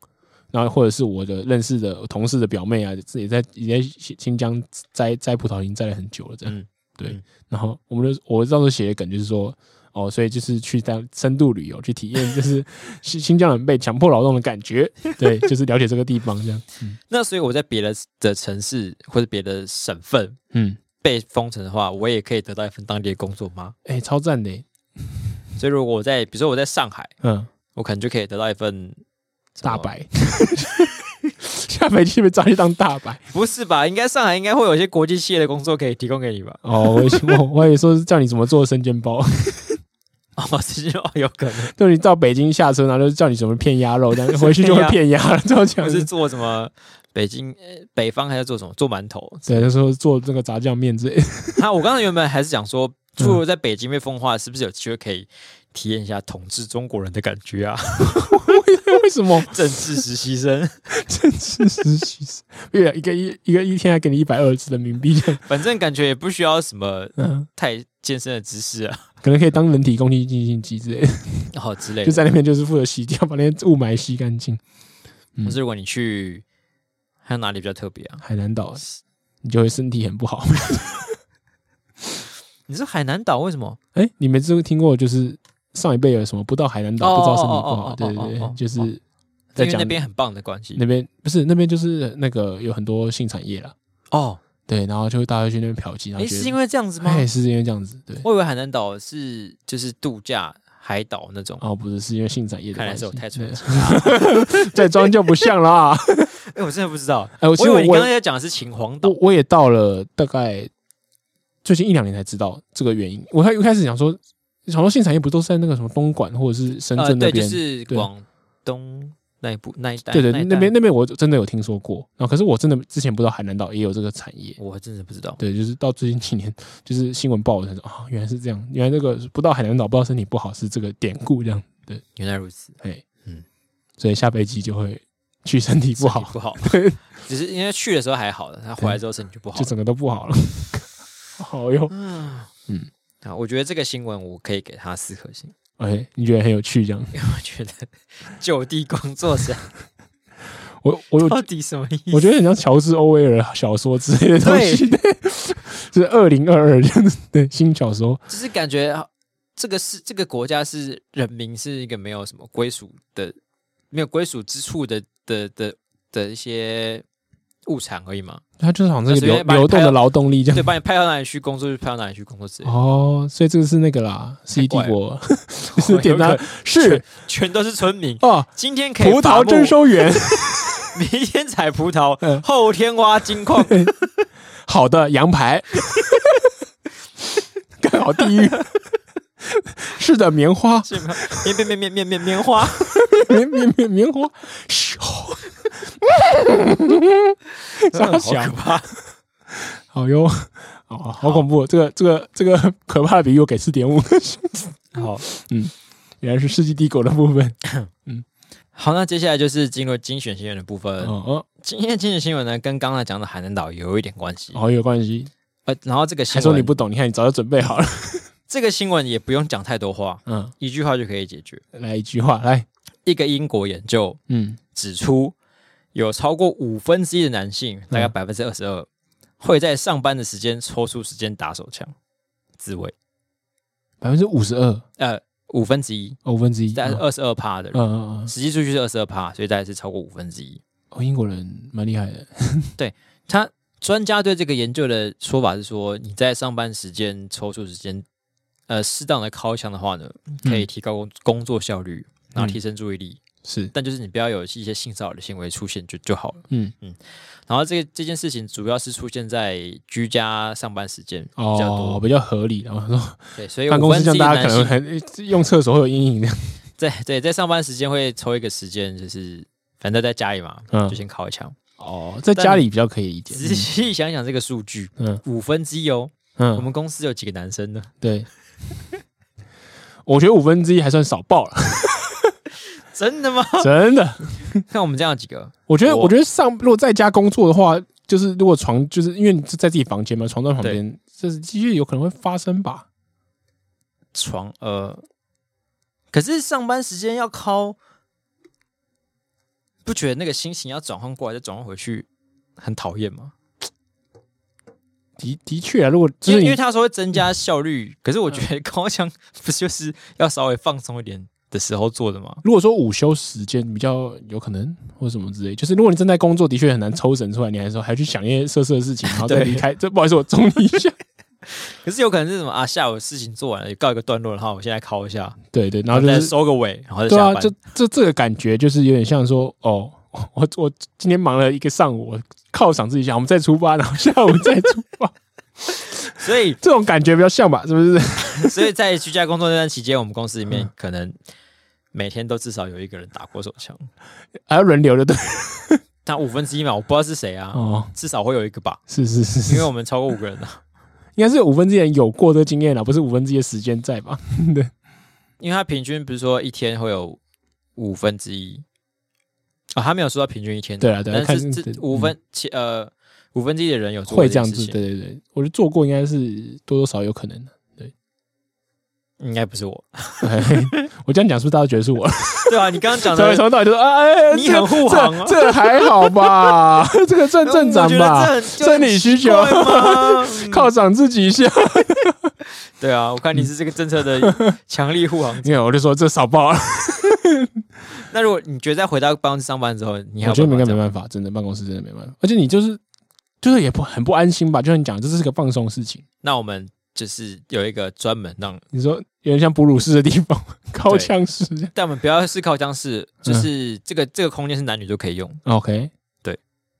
S2: 然后或者是我的认识的同事的表妹啊，自己在也在新疆摘摘葡萄已经摘了很久了，这样、
S1: 嗯
S2: 对
S1: 嗯。
S2: 然后我们就我到时候写的梗就是说，哦，所以就是去当深度旅游，去体验就是新新疆人被强迫劳动的感觉，对，就是了解这个地方这样，
S1: 那所以我在别的的城市或者别的省份
S2: 嗯，
S1: 被封城的话，我也可以得到一份当地的工作吗？
S2: 哎、超赞的欸，
S1: 所以如果我在，比如说我在上海，
S2: 嗯，
S1: 我可能就可以得到一份什么
S2: 大，白。 下飞机被抓去当大白，
S1: 不是吧？应该上海应该会有一些国际企业的工作可以提供给你吧？
S2: 哦，我以为我我以为说是叫你怎么做生煎包，
S1: 哦，这就哦有可 能，
S2: 就你到北京下车，然后就叫你怎么片鸭肉，但是回去就会片鸭了，这样
S1: 或
S2: 讲
S1: 是
S2: 是，
S1: 做什么北京呃北方还在做什么做馒头？
S2: 对，就说做这个炸酱面之类的，
S1: 那我刚才原本还是想说，如果在北京被封的话，是不是有机会可以体验一下统治中国人的感觉 啊？
S2: 为什 么？
S1: 政治实习生，
S2: 真是实习生，对啊，一个一一个一天还给你一百二十人民币，
S1: 反正感觉也不需要什么
S2: 嗯，
S1: 太健身的知识 啊，
S2: 可能可以当人体工具进行机之类的，
S1: 然后哦之类
S2: 就
S1: 的。
S2: 在那边就是负责洗掉，把那些雾霾吸干净。嗯
S1: 可是如果你去，还有哪里比较特别啊？
S2: 海南岛，你就会身体很不好。
S1: 你说海南岛为什么？
S2: 哎，你们这个听过就是上一辈有什么不到海南岛
S1: 哦
S2: 不知道身体不
S1: 哦哦哦
S2: 好，
S1: 哦
S2: 对对
S1: 哦哦
S2: 对，就是
S1: 哦
S2: 在
S1: 因为
S2: 讲
S1: 那边很棒的关系
S2: 那边不是那边就是那个有很多性产业啦。
S1: 哦。
S2: 对，然后就会大家去那边嫖妓，然后
S1: 诶，
S2: 觉得
S1: 是因为这样子吗？
S2: 哎，是因为这样子，对，
S1: 我以为海南岛是就是度假海岛那种。
S2: 哦，不是，是因为性产业的
S1: 看来
S2: 关
S1: 是
S2: 系
S1: 我，太纯
S2: 对
S1: 情了。
S2: 再装就不像啦。
S1: 哎、我真的不知道。
S2: 哎，我其
S1: 我以
S2: 实
S1: 为你刚
S2: 我
S1: 才在讲的是秦皇岛
S2: 我。我也到了大概最近一两年才知道这个原因。我还一开始想说，想说性产业不都是在那个什么东莞或者是深
S1: 呃，
S2: 圳那
S1: 对，就
S2: 边？
S1: 是
S2: 对
S1: 广东那一部那一带，
S2: 对对，
S1: 一带
S2: 那边那边我真的有听说过，然后可是我真的之前不知道海南岛也有这个产业。
S1: 我还真的不知道。
S2: 对，就是到最近几年，就是新闻报的那种啊，原来是这样，原来这个不到海南岛不知道身体不好是这个典故这样。
S1: 原来如此，
S2: 哎，
S1: 嗯
S2: 嗯，所以下飞机就会去身体
S1: 身体
S2: 不好，
S1: 不 好
S2: 对，
S1: 只是因为去的时候还好的，他回来之后身体就不好
S2: 就
S1: 了。
S2: 整个都不好了。好哟，
S1: 嗯
S2: 嗯，
S1: 啊，我觉得这个新闻我可以给他四颗星，
S2: 哎，你觉得很有趣这样？
S1: 因为我觉得就地工作者
S2: 我我有，
S1: 到底什么意思？
S2: 我觉得很像乔治·欧威尔小说之类的东西，对， 就是二零二二这样子的新小说。
S1: 就是感觉啊这个是这个国家是人民是一个没有什么归属的、没有归属之处的的的的一些物产而已嘛。
S2: 它就是好像是一个
S1: 那随
S2: 流
S1: 便把你
S2: 流动
S1: 拍到
S2: 的劳动力这
S1: 对，
S2: 样。
S1: 把你派到哪里去工作就派到哪里去工作之类的。
S2: 哦，所以这个是那个啦，是一帝国， 就是点
S1: 有
S2: 单
S1: 可
S2: 是
S1: 全都是村民，
S2: 啊，
S1: 今天可以
S2: 葡
S1: 伐
S2: 萄
S1: 木
S2: 征收员，
S1: 明天采葡萄，
S2: 嗯
S1: 后天挖金 矿，
S2: 好的羊排， 干好地狱。是的，棉花，
S1: 是吗？棉棉棉棉棉棉棉 花，
S2: 棉棉棉棉花，嘘，
S1: 好
S2: 傻
S1: 可
S2: 小，
S1: 怕！
S2: 好哟，哦，好恐怖！这个这个这个可怕的比喻，我给四点 五，
S1: 好
S2: 原来是《世纪帝国》的部分。
S1: 好，那接下来就是进入精选新闻的部分。
S2: 哦
S1: 今天的精选新闻呢，跟刚才讲的海南岛有一点关系
S2: 哦，。好有关系。
S1: 呃，然后这个
S2: 还
S1: 新
S2: 说你
S1: 闻
S2: 不懂，你看你早就准备好了。
S1: 这个新闻也不用讲太多话，
S2: 嗯，
S1: 一句话就可以解决。
S2: 来一句话，来，
S1: 一个英国研究
S2: 嗯，
S1: 指出，有超过五分之一的男性，
S2: 嗯
S1: 大概百分之二十二，会在上班的时间抽出时间打手枪自慰。
S2: 百分之五十二，
S1: 呃，五分之一，
S2: 哦五分之一，
S1: 大概
S2: 嗯
S1: 是二十二趴的人，
S2: 嗯嗯，嗯
S1: 实际数据是二十二趴，所以大概是超过五分之一。
S2: 哦，英国人蛮厉害的，
S1: 他专家对这个研究的说法是说，你在上班时间抽出时间，呃，适当的敲枪的话呢，可
S2: 嗯
S1: 以提高工工作效率，然后提升注意力。
S2: 是，
S1: 但就是你不要有一些性骚扰的行为出现就就好了。
S2: 嗯，
S1: 然后这个这件事情主要是出现在居家上班时间比较多，
S2: 哦，比较合理。然后说
S1: 对，所以
S2: 办
S1: 五
S2: 公室
S1: 分
S2: 这
S1: 之
S2: 样，
S1: 一
S2: 大
S1: 的
S2: 家可
S1: 男
S2: 能
S1: 性
S2: 很用厕所会有阴影这样。
S1: 在对在上班时间会抽一个时间，就是反正在家里嘛，
S2: 嗯
S1: 就先敲一枪。
S2: 哦，在家里比较可以理解。
S1: 仔细想想这个数据，
S2: 嗯
S1: 五分之一哦，我
S2: 嗯，
S1: 们公司有几个男生呢？
S2: 对。我觉得五分之一还算少爆了，
S1: 真的吗？
S2: 真的。
S1: 看我们这样有几个，
S2: 我觉得，
S1: 我
S2: 我觉得上如果在家工作的话，就是如果床就是因为你是在自己房间嘛，床在旁边，这是其实有可能会发生吧。
S1: 床呃，可是上班时间要靠，不觉得那个心情要转换过来再转换回去很讨厌吗？
S2: 的的确啊，如果
S1: 因
S2: 就是
S1: 为因
S2: 你嗯
S1: 为他说会增加效率，可是我觉得 高枪不就是要稍微放松一点的时候做的吗？
S2: 如果说午休时间比较有可能，或什么之类，就是如果你正在工作，的确很难抽身出来，你还说还去想一些色色的事情，然后再
S1: 对
S2: 离开。这不好意思，我中你一 下。
S1: 可是有可能是什么啊？下午事情做完了，告一个段落，然后我现在敲一下，
S2: 对对，然
S1: 然
S2: 后
S1: 后
S2: 啊
S1: 再
S2: 就是
S1: 收个尾，然后再
S2: 对
S1: 下
S2: 啊，
S1: 班。
S2: 这这这个感觉就是有点像说，哦，我我我今天忙了一个上午，我犒赏自己一下，我们再出发，然后下午再出发，
S1: 所以
S2: 这种感觉比较像吧？是不 是？
S1: 所以在居家工作那段期间，我们公司里
S2: 嗯
S1: 面可能每天都至少有一个人打过手枪，
S2: 还要轮流的对
S1: 但五分之一嘛，我不知道是谁啊，
S2: 哦，
S1: 至少会有一个吧，
S2: 是是是
S1: 因为
S2: 是，
S1: 我们超过五个人 啊，
S2: 应该是五分之一人有过这个经验啊了，不是五分之一的时间在吧？
S1: 因为他平均不是说一天会有五分之一啊，他没有说到平均一天，
S2: 对啊对啊
S1: 但
S2: 看
S1: 是这
S2: 对
S1: 五分其呃五分之一的人有做过
S2: 会这样
S1: 件
S2: 子，
S1: 事情
S2: 对对对，我觉得做过应该是多多少少有可 能的。
S1: 应该不是我，
S2: 我这样讲是不是大家觉得是我？
S1: 对啊，你刚刚讲
S2: 从
S1: 的，
S2: 从头到尾就说，哎，哎
S1: 你
S2: 这
S1: 很护航啊
S2: 这这还 好吧？这个 正正常吧？
S1: 呃我觉得这
S2: 生理需求
S1: 这很奇怪 吗？嗯
S2: 犒赏自己一下，
S1: 对啊，我看你是这个政策的强力护航者。
S2: 你看，我就说这少啊爆了。
S1: 那如果你觉得在回到办公室上班之后，你还
S2: 我
S1: 有
S2: 觉得应
S1: 办法
S2: 该没
S1: 这样
S2: 办法，真的办公室真的没办法，而且你就是就是也不很不安心吧，就像你讲，这是个放松的事情。
S1: 那我们就是有一个专门让，
S2: 你说有点像哺乳室的地方， 高腔室这样。
S1: 但我们不要是靠僵室，就是这个、这个空间是男女都可以用，
S2: OK，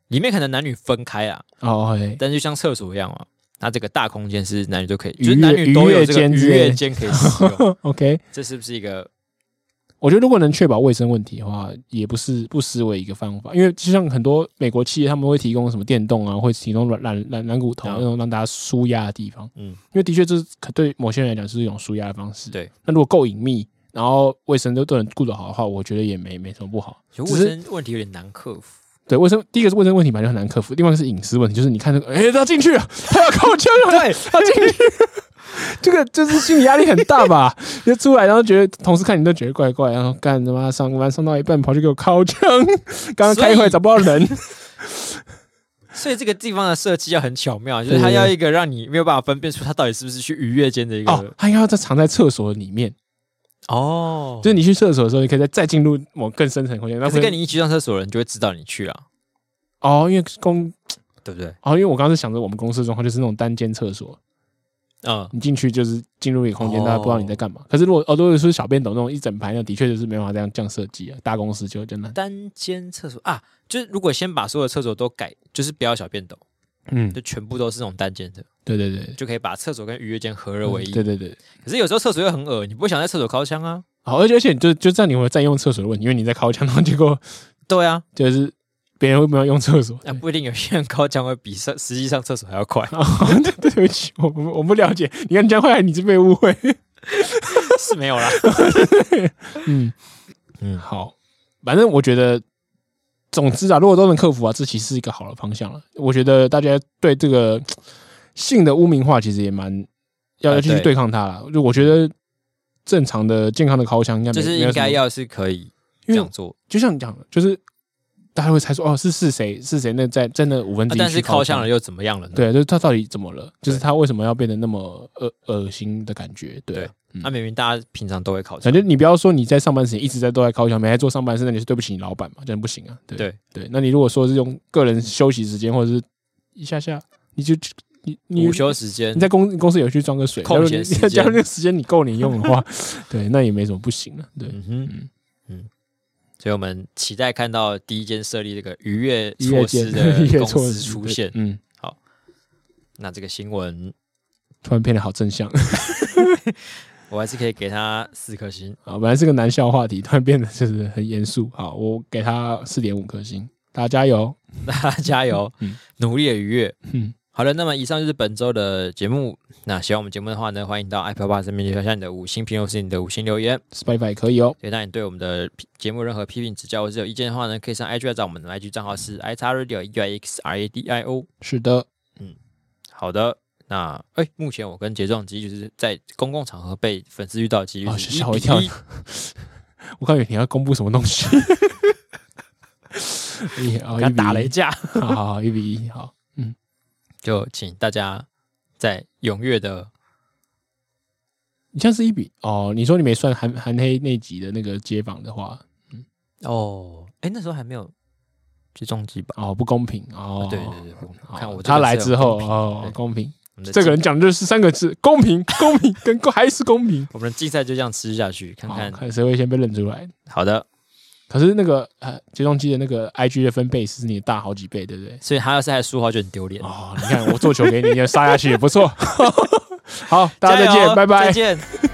S1: 里面可能男女分开啊，
S2: 哦、o k
S1: 但就像厕所一样嘛。那这个大空间是男女都可以，
S2: 愉
S1: 就
S2: 悦
S1: 是男女都有这个
S2: 愉悦间
S1: 愉
S2: 之类的
S1: 悦间可以使用，
S2: o k
S1: 这是不是一个？
S2: 我觉得如果能确保卫生问题的话，也不是不失为一个方法，因为就像很多美国企业他们会提供什么电动啊，会提供软软软软骨头
S1: 嗯
S2: 那种让大家舒压的地方，
S1: 嗯
S2: 嗯，因为的确这是可对某些人来讲是一种舒压的方式，
S1: 对。
S2: 那如果够隐秘，然后卫生都都能顾得好的话，我觉得也没没什么不好。
S1: 卫
S2: 只是
S1: 生问题有点难克服，
S2: 对，卫生第一个是卫生问题本来就很难克服，另外一个是隐私问题，就是你看那个，哎、他进去了，他要靠枪了，
S1: 对，
S2: 他进去了， 这个就是心理压力很大吧？就出来，然后觉得同事看你都觉得怪怪，然后干他妈上班上到一半跑去给我靠枪，刚刚开
S1: 所
S2: 会
S1: 以
S2: 找不到人，
S1: 所以这个地方的设计要很巧妙，就
S2: 对
S1: 是
S2: 对
S1: 它
S2: 对
S1: 要一个让你没有办法分辨出它到底是不是去愉悦间的一
S2: 哦
S1: 个，
S2: 他应该要在藏在厕所里面，
S1: 哦，
S2: 就是你去厕所的时候，你可以再再进入某更深层空间，那
S1: 可是
S2: 会
S1: 跟你一起上厕所的人就会知道你去了，
S2: 哦，因为公
S1: 对不对？
S2: 哦，因为我刚刚是想着我们公司的状况就是那种单间厕所，
S1: 嗯，
S2: 你进去就是进入一个空间，
S1: 哦
S2: 大家不知道你在干嘛。可是如果哦，如果是小便斗那种一整排，那的确就是没办法这样这样设计啊。大公司就真的，
S1: 单间厕所啊，就是如果先把所有厕所都改，就是不要小便斗，
S2: 嗯，
S1: 就全部都是那种单间的，
S2: 对对对，
S1: 就可以把厕所跟愉悦间合二为一。
S2: 嗯对对对。
S1: 可是有时候厕所又很恶，你不想在厕所敲枪啊？
S2: 好，而且而且你就就这样，你会占用厕所的问题，因为你在靠墙，然后结果
S1: 对啊，
S2: 就是别人会不会用厕所？，
S1: 啊不一定有些人敲枪会比上实际上厕所还要快
S2: 哦对对不起，我不我不了解。你看这样，后来你是被误会。
S1: 是没有啦。
S2: 嗯
S1: 嗯
S2: 嗯，好，反正我觉得，总之啊，如果都能克服啊，这其实是一个好的方向了。我觉得大家对这个性的污名化其实也蛮要
S1: 呃
S2: 要继续
S1: 对
S2: 对抗它啦。就我觉得正常的健康的烤箱应该没
S1: 就是
S2: 没有
S1: 应
S2: 什么
S1: 该要是可以
S2: 因
S1: 这
S2: 为
S1: 样做，
S2: 就像你讲的，就是大家会猜说哦是是谁是谁，那在真的五分
S1: 啊
S2: 之一、
S1: 但是靠向
S2: 箱
S1: 了，又怎么样了呢？，
S2: 对，就是他到底怎么了？就是
S1: 对
S2: 他为什么要变得那么恶恶心的感觉？对
S1: 对
S2: 啊，嗯
S1: 那明明大家平常都会靠
S2: 感
S1: 向，
S2: 觉你不要说你在上班时间一直在都在靠墙，没在做上班时，那你是对不起你老板嘛，这样不行啊。对
S1: 对
S2: 对，那你如果说是用个人休息时间或者是一下下，你就你你
S1: 午休时间
S2: 你在公公司有去装个水，
S1: 空闲时间
S2: 假如你假如那个时间你够你用 的话，对，那也没什么不行了。对，
S1: 嗯哼，
S2: 嗯
S1: 嗯所以我们期待看到第一间设立这个愉悦
S2: 一夜
S1: 措
S2: 间
S1: 施
S2: 一夜
S1: 的
S2: 措
S1: 公司
S2: 施
S1: 出
S2: 对
S1: 现。
S2: 嗯，
S1: 那这个新闻，
S2: 突然变得好正向
S1: 我还是可以给他四颗星。
S2: 啊！本来是个难笑话题，突然变得就是很严肃。好，我给他四点五颗星，大家加油。
S1: 大家加油，
S2: 嗯
S1: 努力的愉悦。
S2: 嗯，
S1: 好了，那么以上就是本周的节目。那喜欢我们节目的话呢，欢迎到 Apple Podcast 上面留下你的五星评论，或是你的五星留言。
S2: Spotify 也可以哦。
S1: 对，那你对我们的批节目任何批评指教或是有意见的话呢，可以上 IG 来找我们的 IG 账号是 i x radio e i x r a d i o。
S2: 是的，
S1: 好的，那哎，目前我跟杰壮机就是在公共场合被粉丝遇到的几率
S2: 哦，
S1: 是
S2: 吓我
S1: 1
S2: 一
S1: 比
S2: 跳
S1: 1。
S2: 我刚以为你要公布什么东 西，一哦，
S1: 哎给他打了一
S2: 架，
S1: 架，
S2: 好好好，一比一，好，
S1: 就请大家在踊跃的
S2: 你像是一比哦。你说你没算韩韩黑那集的那个街访的话，
S1: 哦，哎，那时候还没有杰壮机吧？
S2: 哦，不公平哦。
S1: 啊对对对，我
S2: 好
S1: 看我这
S2: 他
S1: 个
S2: 来
S1: 是有
S2: 之后
S1: 公平
S2: 哦
S1: 对，
S2: 公平，
S1: 我们的
S2: 这个
S1: 竞
S2: 人讲的就是三个字：公平，公平，跟公还是公平。
S1: 我们的竞赛就这样吃下去，看
S2: 好
S1: 看。
S2: 看谁会先被认出来。
S1: 好的，
S2: 可是那个呃，接动机的那个 IG 的分贝是你的大好几倍，对不对？
S1: 所以他要是还输的话就很丢脸。
S2: 哦，你看我做球给你，你杀下去也不错。好，大家再
S1: 加油
S2: 见，拜拜
S1: 再。见。